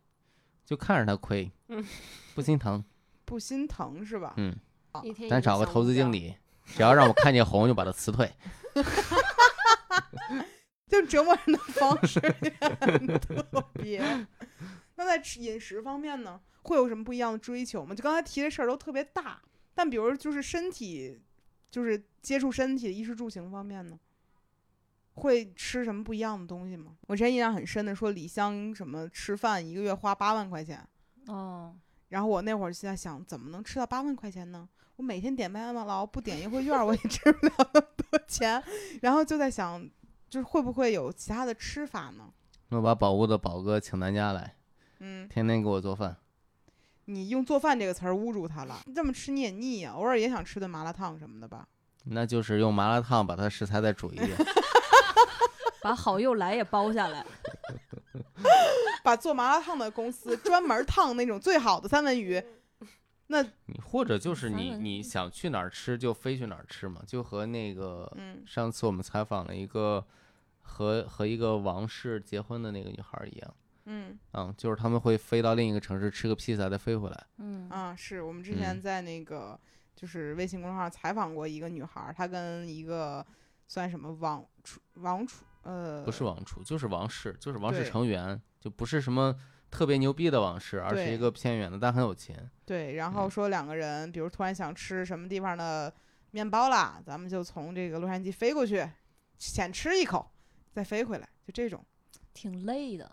D: 就看着他亏
C: 嗯，
D: 不心疼。
B: 不心疼是吧？
D: 嗯，
B: 好
C: 一天一
D: 咱找
C: 个
D: 个
C: 小
D: 投
C: 目
D: 资经
C: 标，
D: 理，只要让我看见红就把他辞退。
B: 就折磨人的方式也很特别。那在吃饮食方面呢，会有什么不一样的追求吗？就刚才提的事儿都特别大，但比如就是身体，就是接触身体、衣食住行方面呢，会吃什么不一样的东西吗？我之前印象很深的说李湘什么吃饭一个月花八万块钱，
A: 哦，
B: 然后我那会儿就在想，怎么能吃到八万块钱呢？我每天点麦当劳，不点优惠券儿，我也吃不了那么多钱。然后就在想，就是会不会有其他的吃法呢？
D: 那我把宝屋的宝哥请咱家来，
B: 嗯，
D: 天天给我做饭。
B: 你用“做饭”这个词儿侮辱他了，这么吃你也腻呀、偶尔也想吃顿麻辣烫什么的吧？
D: 那就是用麻辣烫把它食材再煮 一遍。
A: 把好又来也包下来，
B: 把做麻辣烫的公司专门烫那种最好的三文鱼，
D: 你或者就是
A: 三
D: 你
A: 文
D: 你想去哪儿吃就飞去哪儿吃嘛，就和那个
B: 嗯，
D: 上次我们采访了一个和和一个王室结婚的那个女孩儿一样，
B: 嗯
D: 嗯，就是他们会飞到另一个城市吃个披萨再飞回来。
A: 嗯，
B: 啊，是我们之前
D: 嗯
B: 在那个就是微信公众号采访过一个女孩儿，她跟一个算什么王厨王厨呃
D: 不是王储，就是王室，就是王室
B: 对
D: 成员，就不是什么特别牛逼的往事，而是
B: 对
D: 一个偏远的但很有钱。
B: 对，然后
D: 嗯
B: 说两个人，比如突然想吃什么地方的面包啦，咱们就从这个洛杉矶飞过去，先吃一口，再飞回来，就这种。
A: 挺累的。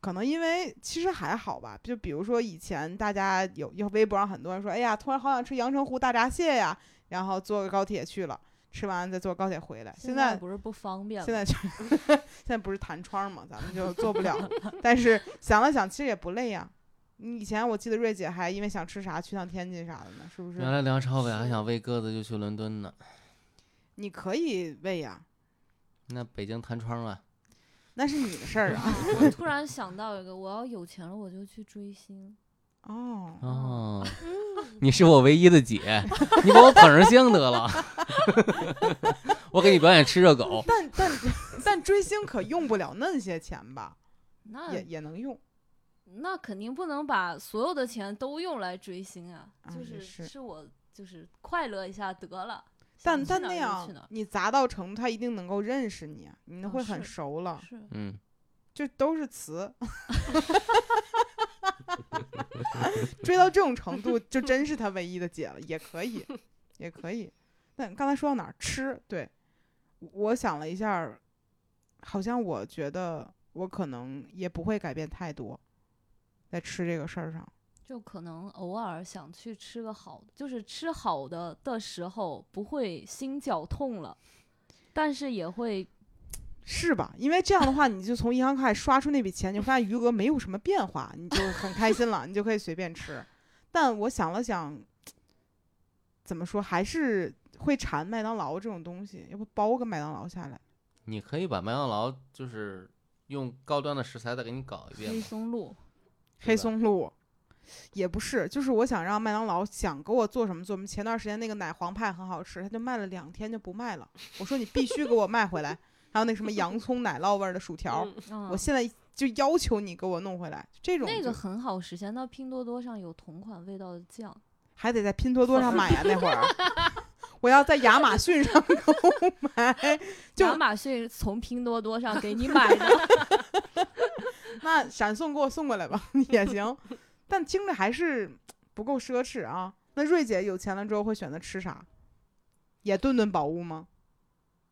B: 可能因为其实还好吧，就比如说以前大家有有微博上很多人说，哎呀，突然好想吃阳澄湖大闸蟹呀，然后坐个高铁去了，吃完再坐高铁回来。现在
A: 不是不方便吗，
B: 现在就 现在不是弹窗嘛，咱们就做不 了了。但是想了想，其实也不累呀。你以前我记得瑞姐还因为想吃啥去趟天津啥的呢，是不是？
D: 原来梁朝伟还想喂鸽子就去伦敦呢，
B: 你可以喂呀，
D: 那北京弹窗啊，
B: 那是你的事儿啊。
A: 我突然想到一个，我要有钱了我就去追星。
B: 哦，
D: 哦，你是我唯一的姐，你把我捧上星得了， 我给你表演吃热狗，
B: 但但但追星可用不了那些钱吧，
A: 那
B: 也也能用。
A: 那肯定不能把所有的钱都用来追星啊，
B: 啊
A: 就
B: 也
A: 是
B: 是
A: 我就是快乐一下得了。
B: 但
A: 想
B: 但
A: 去哪
B: 那
A: 儿就
B: 样
A: 去哪儿
B: 你砸到程度，他一定能够认识你啊，你
A: 啊
B: 会很
A: 是
B: 熟了，
A: 是
D: 嗯，
B: 就都是词。 追到这种程度，就真是他唯一的姐了，也可以，也可以。那刚才说到哪儿？吃，对，我想了一下儿，好像我觉得我可能也不会改变太多，在吃这个事儿上。
A: 就可能偶尔想去吃个好的，就是吃好的的时候不会心绞痛了，但是也会
B: 是吧？因为这样的话，你就从银行卡里刷出那笔钱，你就发现余额没有什么变化，你就很开心了，你就可以随便吃。但我想了想，怎么说，还是会馋麦当劳这种东西，要不包个麦当劳下来？
D: 你可以把麦当劳就是用高端的食材再给你搞一遍
A: 黑
D: 嘛，
A: 松 露。
B: 黑
D: 吧
B: 松露也不是，就是我想让麦当劳想给我做什么做什么。前段时间那个奶黄派很好吃，他就卖了两天就不卖了。我说你必须给我卖回来，还有那什么洋葱奶酪味儿的薯条，
C: 嗯
A: 嗯
B: 我现在就要求你给我弄回来。这种
A: 那个
B: 就
A: 很好实现，那拼多多上有同款味道的酱，
B: 还得在拼多多上买呀、那 会儿我要在亚马逊上购买，就
A: 亚马逊从拼多多上 给你买的，
B: 那闪送给我送过来吧也 行，但听着还是不够奢侈啊。那瑞姐有钱了之后会选择吃啥？也顿顿宝物吗？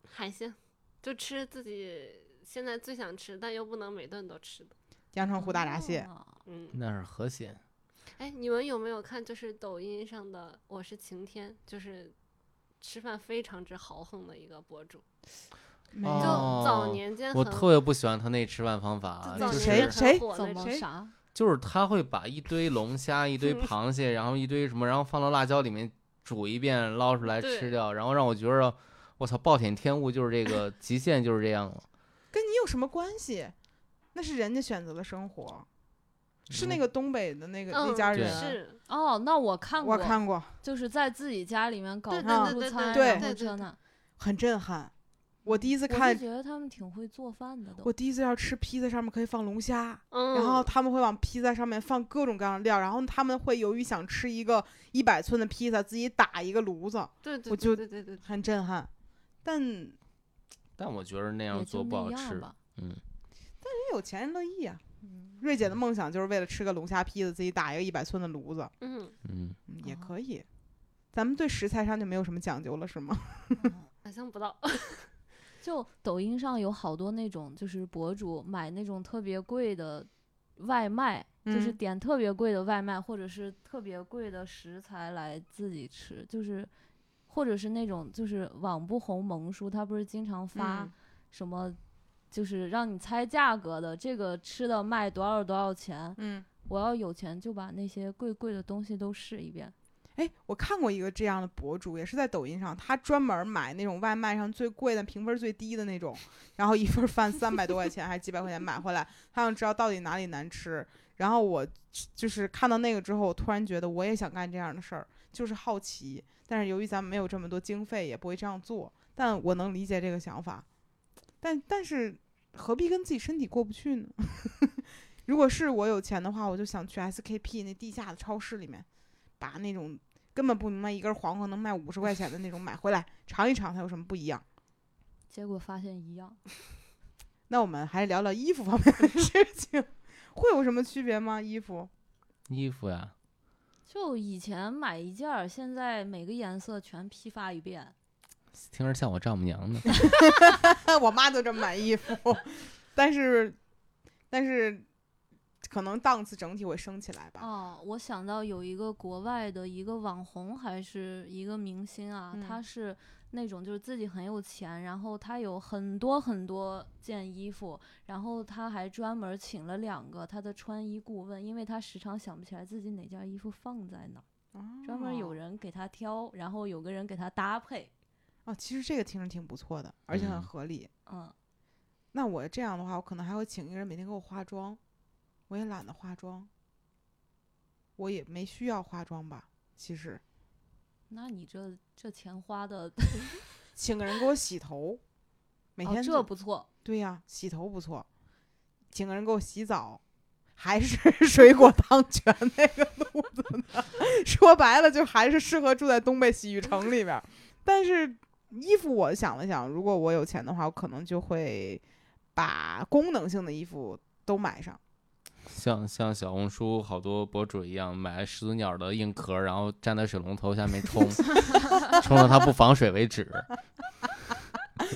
C: 海鲜，就吃自己现在最想吃，但又不能每顿都吃的。
B: 阳澄湖大 闸蟹，
A: 啊
C: 嗯，
D: 那是和谐。
C: 哎，你们有没有看就是抖音上的《我是晴天》，就是吃饭非常之豪横的一个博主，
B: 没
C: 就
B: 有。
D: 哦
C: 早年间
D: 我
C: 很
D: 特别不喜欢他那吃饭方法啊，
C: 就早
D: 就
B: 那
D: 是
C: 年
B: 谁
C: 间
B: 谁
C: 很火
A: 怎
C: 的
A: 么
B: 谁
A: 啥？
D: 就是他会把一堆龙虾、一堆螃蟹，然后一堆什么，然后放到辣椒里面煮一遍，捞出来
C: 对
D: 吃掉，然后让我觉着，我操，暴殄天物就是这个极限就是这样了。
B: 跟你有什么关系？那是人家选择了生活，是那
D: 嗯
B: 个东北的那个、
C: 嗯
B: 那家
D: 对
B: 人，
C: 是
A: 哦，那我看过，
B: 我看过，
A: 就是在自己家里面搞
C: 对
A: 自
C: 对
B: 对
A: 助
C: 对
A: 餐，
B: 对
A: 然
C: 对
A: 后
C: 对对
A: 这那。
B: 很震撼。我第一次
A: 我
B: 看
A: 就觉得他们挺会做饭的都。
B: 我第一次要吃披萨，上面可以放龙虾，
C: 嗯，
B: 然后他们会往披萨上面放各种各样的料，然后他们会由于想吃一个一百寸的披萨，自己打一个炉子，
C: 对对
B: 我就
C: 对对对对，
B: 很震撼。但人
D: 但我觉着那样
A: 也
D: 做
A: 就
D: 不
A: 那
D: 好
A: 样
D: 吃。
A: 吧。
B: 有钱人乐意啊。
A: 嗯，
B: 瑞姐的梦想就是为了吃个龙虾披萨，自己打一个一百寸的炉子，
C: 嗯，
D: 嗯，
B: 嗯也
A: 哦
B: 可以。咱们对食材上就没有什么讲究了，是吗？
C: 好像不到，
A: 就抖音上有好多那种，就是博主买那种特别贵的外卖，就是
B: 嗯
A: 点特别贵的外卖，或者是特别贵的食材来自己吃，就是或者是那种就是网不红萌叔，他不是经常发
B: 嗯
A: 什么，就是让你猜价格的，这个吃的卖多少多少钱。
B: 嗯，
A: 我要有钱就把那些贵贵的东西都试一遍。
B: 哎，我看过一个这样的博主，也是在抖音上，他专门买那种外卖上最贵的、评分最低的那种，然后一份儿饭三百多块钱还是几百块钱买回来，他想知道到底哪里难吃。然后我就是看到那个之后，我突然觉得我也想干这样的事儿，就是好奇。但是由于咱们没有这么多经费，也不会这样做。但我能理解这个想法，但但是何必跟自己身体过不去呢？ 如果是我有钱的话，我就想去 SKP 那地下的超市里面，把那种根本不明白一根黄瓜能卖五十块钱的那种买回来尝一尝，它有什么不一样？
A: 结果发现一样，
B: 那我们还是聊聊衣服方面的事情。会有什么区别吗？衣服
D: 衣服呀，
A: 就以前买一件儿，现在每个颜色全批发一遍。
D: 听着像我丈母娘呢。
B: 我妈就这么买衣服，但是，但是，可能档次整体会升起来吧。
A: 哦，我想到有一个国外的一个网红还是一个明星啊，
B: 嗯
A: 他是那种就是自己很有钱，然后他有很多很多件衣服，然后他还专门请了两个他的穿衣顾问，因为他时常想不起来自己哪件衣服放在哪儿，哦专门有
B: 人
A: 人给他挑，然后有个人给他搭配。
B: 哦，其实这个听着挺不错的，而且很
D: 嗯
B: 合理。
A: 嗯，
B: 那我这样的话，我可能还会请一个人每天给我化妆，我也懒得化妆，我也没需要化妆吧。其实
A: 那你这这钱花的，
B: 请个人给我洗头，每
A: 哦
B: 天、
A: 这不错，
B: 对呀、洗头不错，请个人给我洗澡，还是 水果汤泉那个路子呢？ 说白了，就还是适合住在东北洗浴城里边儿。但是衣服，我想了想，如果我有钱的话，我可能就会把功能性的衣服都买上。
D: 像像小红书好多博主一样，买始祖鸟的硬壳，然后站在水龙头下面冲，冲到它不防水为止。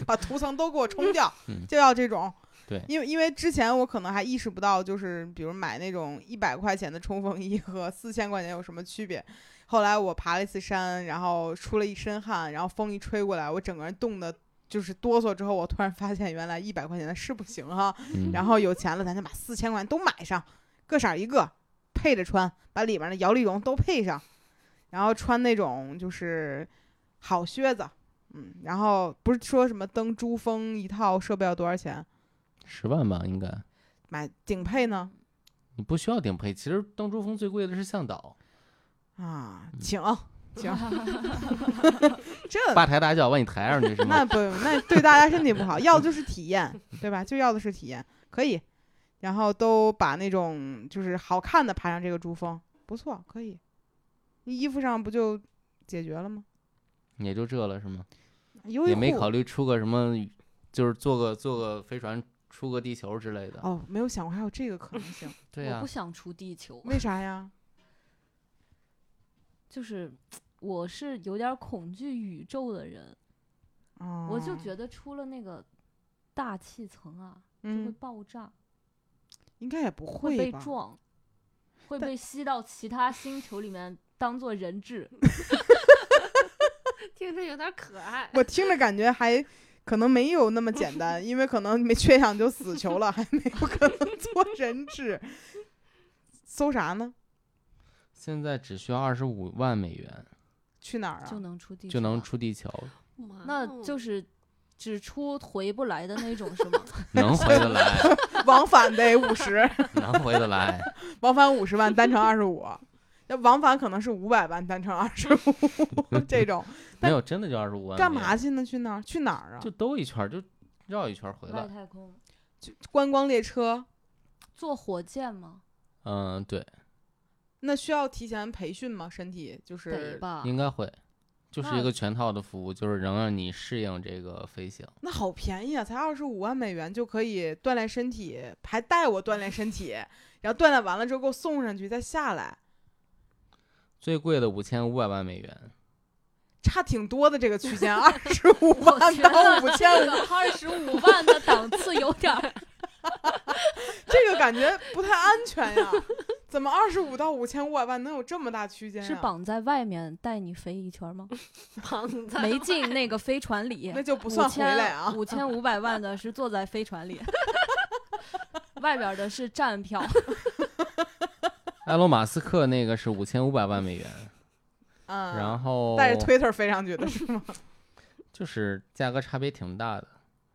B: 把涂层都给我冲掉，
D: 嗯
B: 就要这种。
D: 对
B: 因为因为之前我可能还意识不到，就是比如买那种一百块钱的冲锋衣和四千块钱有什么区别。后来我爬了一次山，然后出了一身汗，然后风一吹过来，我整个人冻得就是哆嗦。之后我突然发现，原来一百块钱的是不行啊哈、
D: 嗯，
B: 然后有钱了，咱就把四千块钱都买上，各色儿一个，配着穿，把里面的摇粒绒都配上，然后穿那种就是好靴子，嗯，然后不是说什么登珠峰一套设备要多少钱？
D: 十万吧，应该
B: 买顶配呢？
D: 你不需要顶配。其实登珠峰最贵的是向导，
B: 啊，请请， 这
D: 八抬大轿把你抬上去是吗
B: 那？不那对大家身体不好，要的就是体验，对吧？就要的是体验，可以。然后都把那种就是好看的爬上这个珠峰，不错，可以。衣服上不就解决了吗？
D: 也就这了是吗？
B: 优衣
D: 也
B: 库
D: 没考虑出个什么，就是坐个坐个飞船出个地球之类的。
B: 哦，没有想过还有这个可能 性，
D: 对
A: 我
D: 呀
A: 不，想出地球，
B: 为啥呀？
A: 就是我是有点恐惧宇宙的人，
B: 哦，
A: 我就觉得出了那个大气层啊，就会
B: 嗯，
A: 爆炸，
B: 应该也不
A: 会被
B: 吧？
A: 撞，会
B: 但
A: 被吸到其他星球里面当做人质。
C: 听着有点可爱。
B: 我听着感觉还可能没有那么简单，因为可能没缺氧就死囚了，还没有可能做人质。 搜啥呢？
D: 现在只需要二十五万美元
B: 去哪儿
A: 就
B: 啊？
A: 能出地球啊，
D: 就能出地球，
C: 哇
A: 那
C: 哦
A: 就是只出回不来的那种，是吗？
D: 能回得 来，
B: 往返得五十，
D: 能回得来。
B: 往返五十万，单程二十五。那往返可能是五百万，单程二十五这种，
D: 没有，真的就二十五万。
B: 干嘛？去呢？去那儿？去哪儿啊
D: 就？兜一圈儿，就绕一圈儿回
A: 外
D: 来。
A: 太空
B: 就观光列车，
A: 坐火箭吗？
D: 嗯，对，
B: 那需要提前培训吗？身体就
A: 得
B: 是
A: 吧，
D: 应该会，就是
A: 那
D: 一个全套的服务，就是能让你适应这个飞行。
B: 那好便宜啊，才二十五万美元就可以锻炼身体，还带我锻炼身体，然后锻炼完了之后给我送上去再下来，
D: 最贵的五千五百万美元，
B: 差挺多的这个区间，二十五
A: 我
B: 万
A: 觉
B: 到
A: 得
B: 五
A: 这
B: 千五，
A: 个二十五万的档次有点儿
B: 这个感觉不太安全呀。怎么二十五到五千五百万能有这么大区间、呀？
A: 是绑在外面带你飞一圈 吗？
C: 胖子
A: 没进那个飞船里，
B: 那就不算回来啊。
A: 五千五百万的是坐在飞船 里，外边的是站票。
D: 埃隆·马斯克那个是五千五百万美元，
B: 嗯，
D: 然后
B: 带着 Twitter 飞上去的是吗？
D: 就是价格差别挺大的。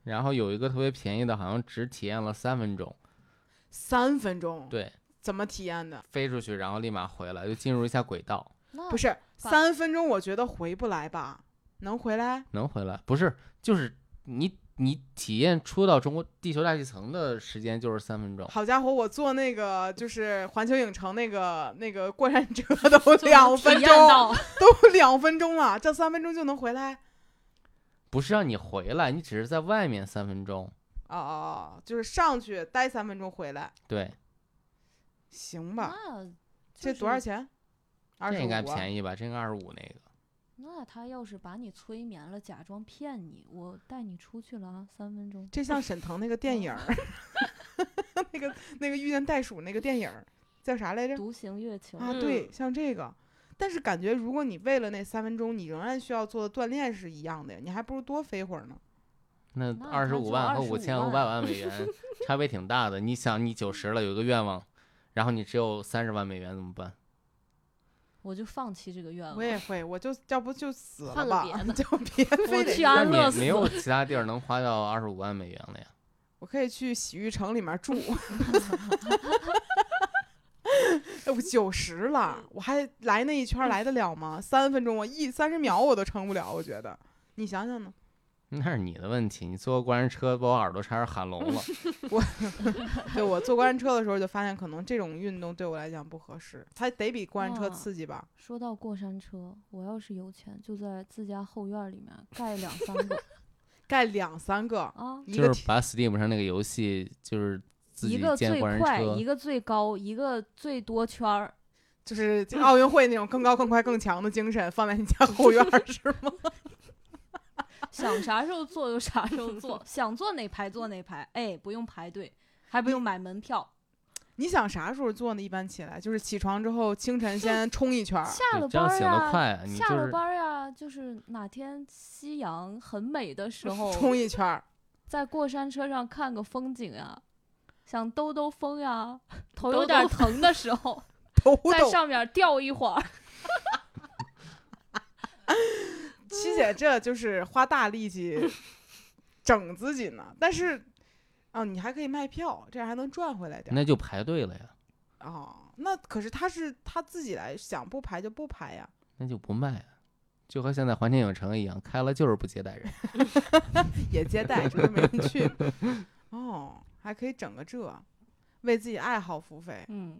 D: 然后有一个特别便宜的，好像只体验了三分钟，
B: 三分钟，，
D: 对，
B: 怎么体验的？
D: 飞出去，然后立马回来，又进入一下轨道，
A: 那
B: 不是三分钟，我觉得回不来吧？能回来？
D: 能回来。不是，就是你你体验出到中国地球大气层的时间就是三分钟。
B: 好家伙，我坐那个就是环球影城那个那个过山 车都两分
A: 体验
B: 钟，
A: 到
B: 都两分钟了，这三分钟就能回来？
D: 不是让你回来，你只是在外面三分钟。
B: 哦哦哦，就是上去待三分钟回来，
D: 对，
B: 行吧，
A: 那
B: 这
A: 就是
B: 多少？钱？二
D: 这
B: 十五，啊
D: 应该便宜吧？这应该二十五那个。
A: 那他要是把你催眠了，假装骗你，我带你出去了啊，三分钟。
B: 这像沈腾那个电影儿，
C: 哦
B: 那个那个遇见袋鼠那个电影儿叫啥来着？
A: 独行月球，
B: 啊，
C: 嗯
B: 对，像这个。但是感觉如果你为了那三分钟，你仍然需要做的锻炼是一样的呀，你还不如多飞会儿呢。
D: 那
A: 那
D: 二
A: 他
D: 十五
A: 就
D: 万和
A: 25
D: 五千五百
A: 万
D: 万美元差别挺大的。你想，你九十了，有一个愿望，然后你只有三十万美元怎么办？
A: 我就放弃这个愿望。
B: 我也会，我就要不就死了
C: 嗯换
B: 吧，
C: 个别的啊
B: 就 别非
A: 我
B: 得
A: 去
B: 这
A: 安
B: 样
D: 那你
A: 乐
D: 也
A: 死
D: 没有其他地儿能花到二十五万美元了呀。
B: 我可以去洗浴城里面住。哎我九十
C: 嗯
B: 了，我还来那一圈儿来得了吗？三分钟我一三十秒我都撑不了，我觉得。你想想呢？
D: 那是你的问题，你坐过过山车把我耳朵差点喊 聋了。
B: 对我坐过山车的时候就发现，可能这种运动对我来讲不合适，它得比过山车
A: 哇
B: 刺激吧？
A: 说到过山车，我要是有钱，就在自家后院里面盖两三个
B: 盖两三个，
A: 啊，
B: 一个
D: 就
B: 铁
D: 是把 Steam 上那个游戏，就是自
A: 一
D: 己
A: 个
D: 建
A: 最
D: 过山
A: 快，
D: 车
A: 一，个最高，一个最多圈儿。
B: 就是就奥运会那种更高、更快、更强的精神放在你家后院 儿是吗？
A: 想啥时候做就啥时候 做，想坐哪排坐哪排，哎，不用排队，还不用买门票，
B: 你想啥时候做呢？一般起来就是起床之后，清晨先冲一 圈儿，
A: 下
D: 啊对
A: 了班
D: 这样
A: 儿
D: 醒得
A: 啊。
D: 快啊。你就
A: 下了
D: 是
A: 班儿啊，就是哪天夕阳很美的 时候，
B: 冲一圈儿，
A: 在过山车上看个风景啊，想兜兜风呀、头
C: 兜
A: 有点
C: 兜
A: 疼的时候，
B: 抖
A: 在
B: 抖。
A: 上面吊一会儿。嗯
B: 七姐这就是花大 力气整自己呢，但是。哦，你还可以卖票，这样还能赚回来点儿。
D: 那就排队了呀，
B: 哦，那可是他是他自己来想不排就不排呀，
D: 那就不卖啊，就和现在环球影城一样，开了就是不接待人。
B: 也接待，只是没人去。哦，还可以整个这，为自己爱好付费。
A: 嗯，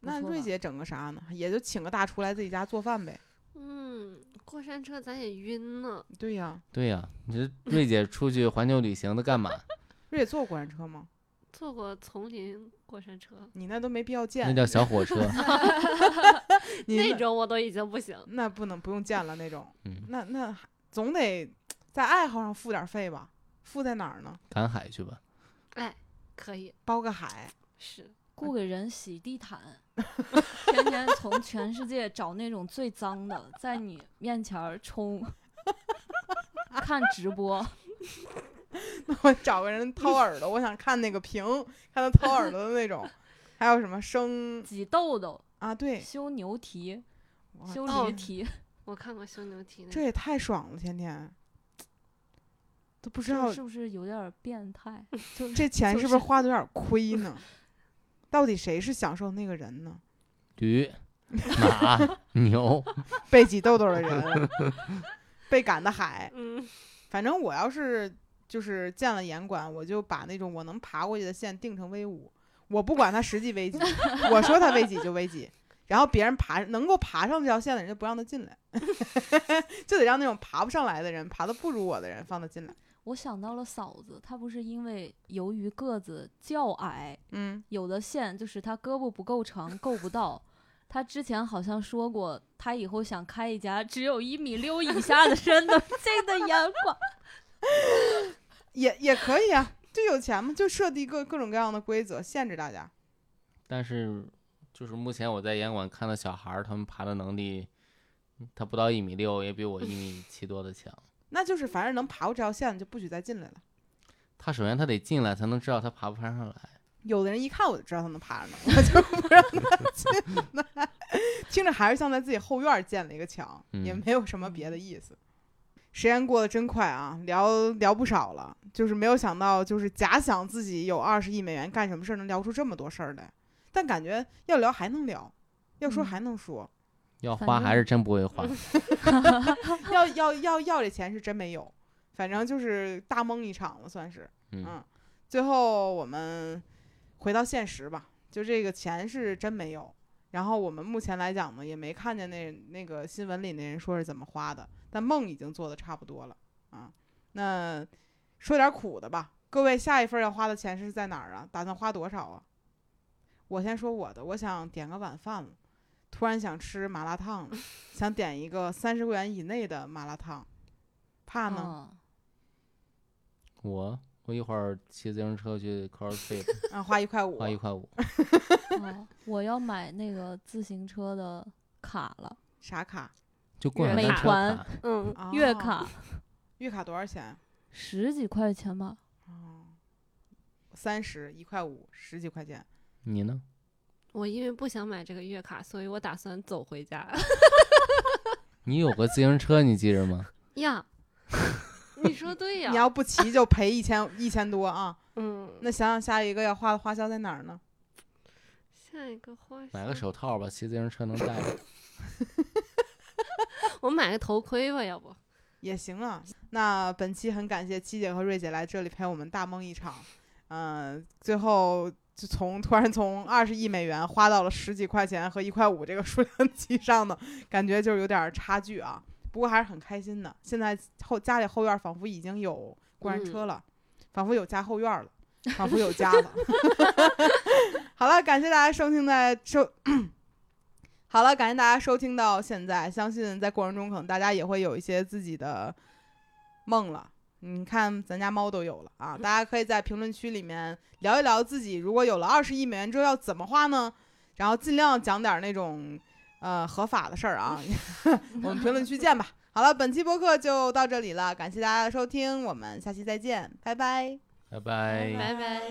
A: 不
B: 那
A: 错
B: 瑞
A: 吧
B: 姐整个啥呢？也就请个大厨来自己家做饭呗。
C: 嗯，过山车咱也晕呢，
B: 对呀、
D: 对呀、你这瑞姐出去环球旅行的 干嘛？
B: 瑞姐坐过山车吗？
C: 坐过丛林过山车
B: 你那都没必要
D: 那
A: 啊
B: 见，
D: 叫小火车。
B: 你
C: 那种我都已经不行。
B: 那不能不用见了那种，
D: 嗯，
B: 那那还总得在爱好上付点费吧？付在哪儿呢？
D: 赶海去吧。
C: 哎，可以
B: 包个海，
C: 是，
A: 雇给人洗地毯，天天从全世界找那种最脏的，在你面前儿冲， 看直播，
B: 那我找个人掏耳朵，我想看那个屏，看他掏耳朵的那种。 还有什么生
A: 挤痘痘，
B: 啊？对，
A: 修牛蹄，
B: 哇
A: 修
C: 哦
A: 驴蹄，
C: 我看过修牛
A: 嗯
C: 蹄那
B: 这
C: 个，
B: 也太爽了，天天都不知道
A: 这是不是有点儿变态？ 就是
B: 这钱
A: 就是
B: 不是花的有点亏呢？到底谁是享受那个人呢？
D: 驴、 马、牛，
B: 被挤痘痘的人， 被赶的海。
C: 嗯，
B: 反正我要是就是见了严管，我就把那种我能爬过去的线定成 V 五，我不管它实际 V 几，我说它 V 几就 V 几。然后别人爬能够爬上这条线的人就不让他进来， 就得让那种爬不上来的人，爬的不如我的人放他进来。
A: 我想到了嫂子，她不是因为由于个子较矮，
B: 嗯，
A: 有的线就是她胳膊不够长，够不到。她之前好像说过，她以后想开一家只有一米六以下的人 能进的严管。
B: 也也可以啊，就有钱嘛，就设计各各种各样的规则限制大家。
D: 但是就是目前我在严管看到小孩儿，他们爬的能力，他不到一米六，也比我一米七多的强。
B: 那就是凡是能爬过这条线的就不许再进来了。
D: 他首先他得进来才能知道他爬不爬上来，
B: 有的人一看我就知道他能爬上来，我就不让他进来。 听着还是像在自己后院儿建了一个墙，
D: 嗯
B: 也没有什么别的意思。时间过得真快啊，聊聊不少了，就是没有想到，就是假想自己有二十亿美元干什么事儿，能聊出这么多事儿来。但感觉要聊还能聊，要说
A: 嗯
B: 还能说，
D: 要
A: 反
D: 花
A: 正
D: 还是真不会花。嗯
B: 要要要要这钱是真没有，反正就是大蒙一场了，算是。
D: 嗯，
B: 嗯，最后我们回到现实吧，就这个钱是真没有。然后我们目前来讲呢，也没看见那那个新闻里那人说是怎么花的，但梦已经做的差不多了啊。那说点苦的吧，各位下一份要花的钱是在哪儿啊？打算花多少啊？我先说我的，我想点个晚饭了，突然想吃麻辣烫了，想点一个三十块钱以内的麻辣烫。怕呢？
A: 嗯
D: 我我一会儿骑自行车去 CrossFit，
B: 啊，花一块五
D: 花，一块五，
A: 哦我要买那个自行车的卡了，
B: 啥卡？
D: 就共享
C: 美
D: 单车
A: 团
D: 卡。
C: 嗯，
B: 啊
A: 月卡
B: 月卡多少钱？
A: 十几块钱吧。
B: 哦，三十一块五，十几块钱。
D: 你呢？
C: 我因为不想买这个月卡，所以我打算走回家
D: 你有个自行车，你记着吗？
C: 呀。你说对呀，
B: 你要不骑就赔一千一千多啊！
C: 嗯，
B: 那想想下一个要花的花销在哪儿呢？
C: 下一个花
D: 买个
C: 销，
D: 手套吧，骑自行车能戴着。
C: 我买个头盔吧，要不
B: 也行啊。那本期很感谢七姐和瑞姐来这里陪我们大梦一场。嗯、最后就从突然从二十亿美元花到了十几块钱和一块五这个数量 级上的，感觉就是有点儿差距啊。不过还是很开心的。现在后家里后院仿佛已经有过山车了，仿佛有家后院了，仿佛有家了。 好了，感谢大家收听在收。好了，感谢大家收听到现在，相信在过程中可能大家也会有一些自己的梦了。你看，咱家猫都有了啊！大家可以在评论区里面聊一聊自己，如果有了二十亿美元之后要怎么花呢？然后尽量讲点那种呃合法的事儿啊。我们评论区见吧。好了，本期播客就到这里了，感谢大家的收听，我们下期再见，拜拜。
D: 拜拜。
C: 拜拜。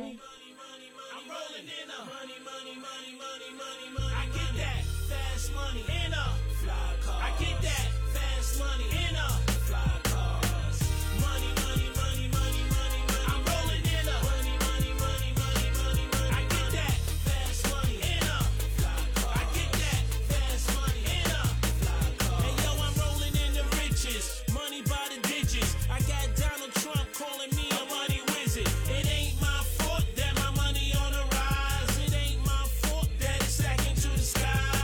E: I get that fast money in a fly car. I get that fast money in a fly car. Money, money, money, money, money, money. I'm rolling in a money, money, money, money, money, money. I get that fast money in a fly car. I get that fast money in a fly car. Hey yo, I'm rolling in the riches, money by the digits. I got Donald Trump calling me a money wizard. It ain't my fault that my money on the rise. It ain't my fault that it's stacking to the sky.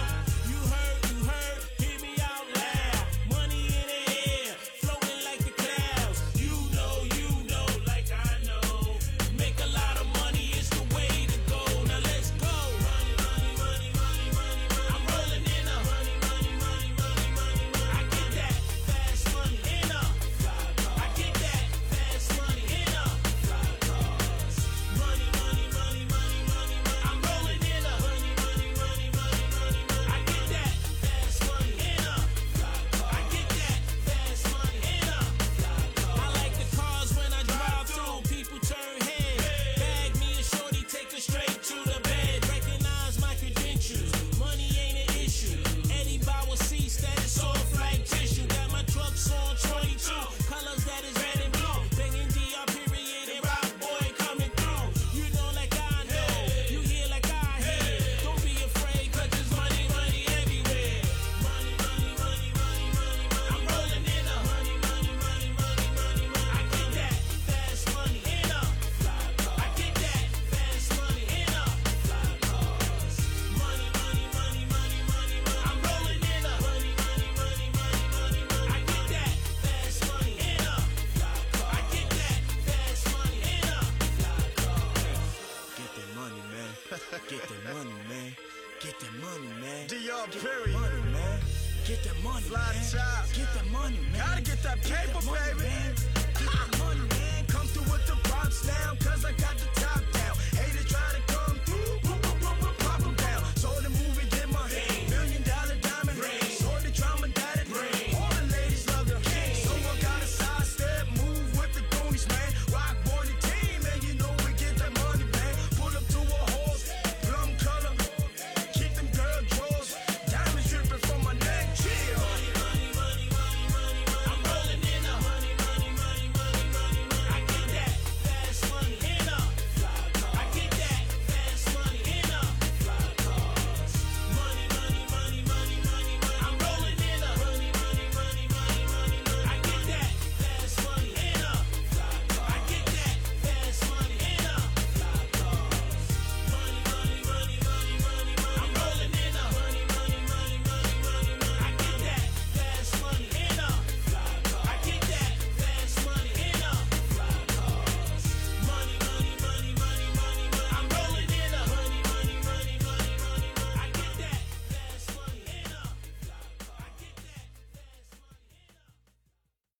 E: You heard, you heard, hear me out loud. Money in the air, floating like the clouds. You know, you know, like I know. Make a lot of money is the way to go. Now let's go. Money, money, money, money, money, money. I'm rolling in a money, money, money, money, money, money. I get that fast money in a fly car. I get that fast money in a fly car. Money, money, money, money, money, money. I'm rolling in a money, money, money, money, money, money. I get that fast money in a fly car. I get that fast money in a fly car. I like the cars when I drive through. People turn heads. Bag me a shorty, take her straight to the bed. Recognize my credentials. Money ain't an issue. Eddie Bauer sees that it's all flag tissue. Got my trucks on 22. Colors that is red and blue. Banging DR period and rock boy coming through. You know like I know. You hear like I hear. Don't be afraid, cause there's money, money everywhere. Money, money, money, money, money, money. I'm rolling in a money, money, money, money, money, money. I get that fast money in a fly car. I get that fast money in a fly car. Money, money, money, money, money, money. I'm rolling in a money, money, money, money, money, money. I get that fast money in a fly car. I get that fast money in a fly car. Get that money, man. Get that money, man. Get that money, man.
F: DR
E: Get that
F: period.
E: money, man. Get that money,
F: Fly
E: man.
F: chop.
E: Get that money, man.
F: Gotta get that
E: Get
F: paper,
E: that money,
F: baby.
E: man. Get that money, man.
F: Come through with the props now.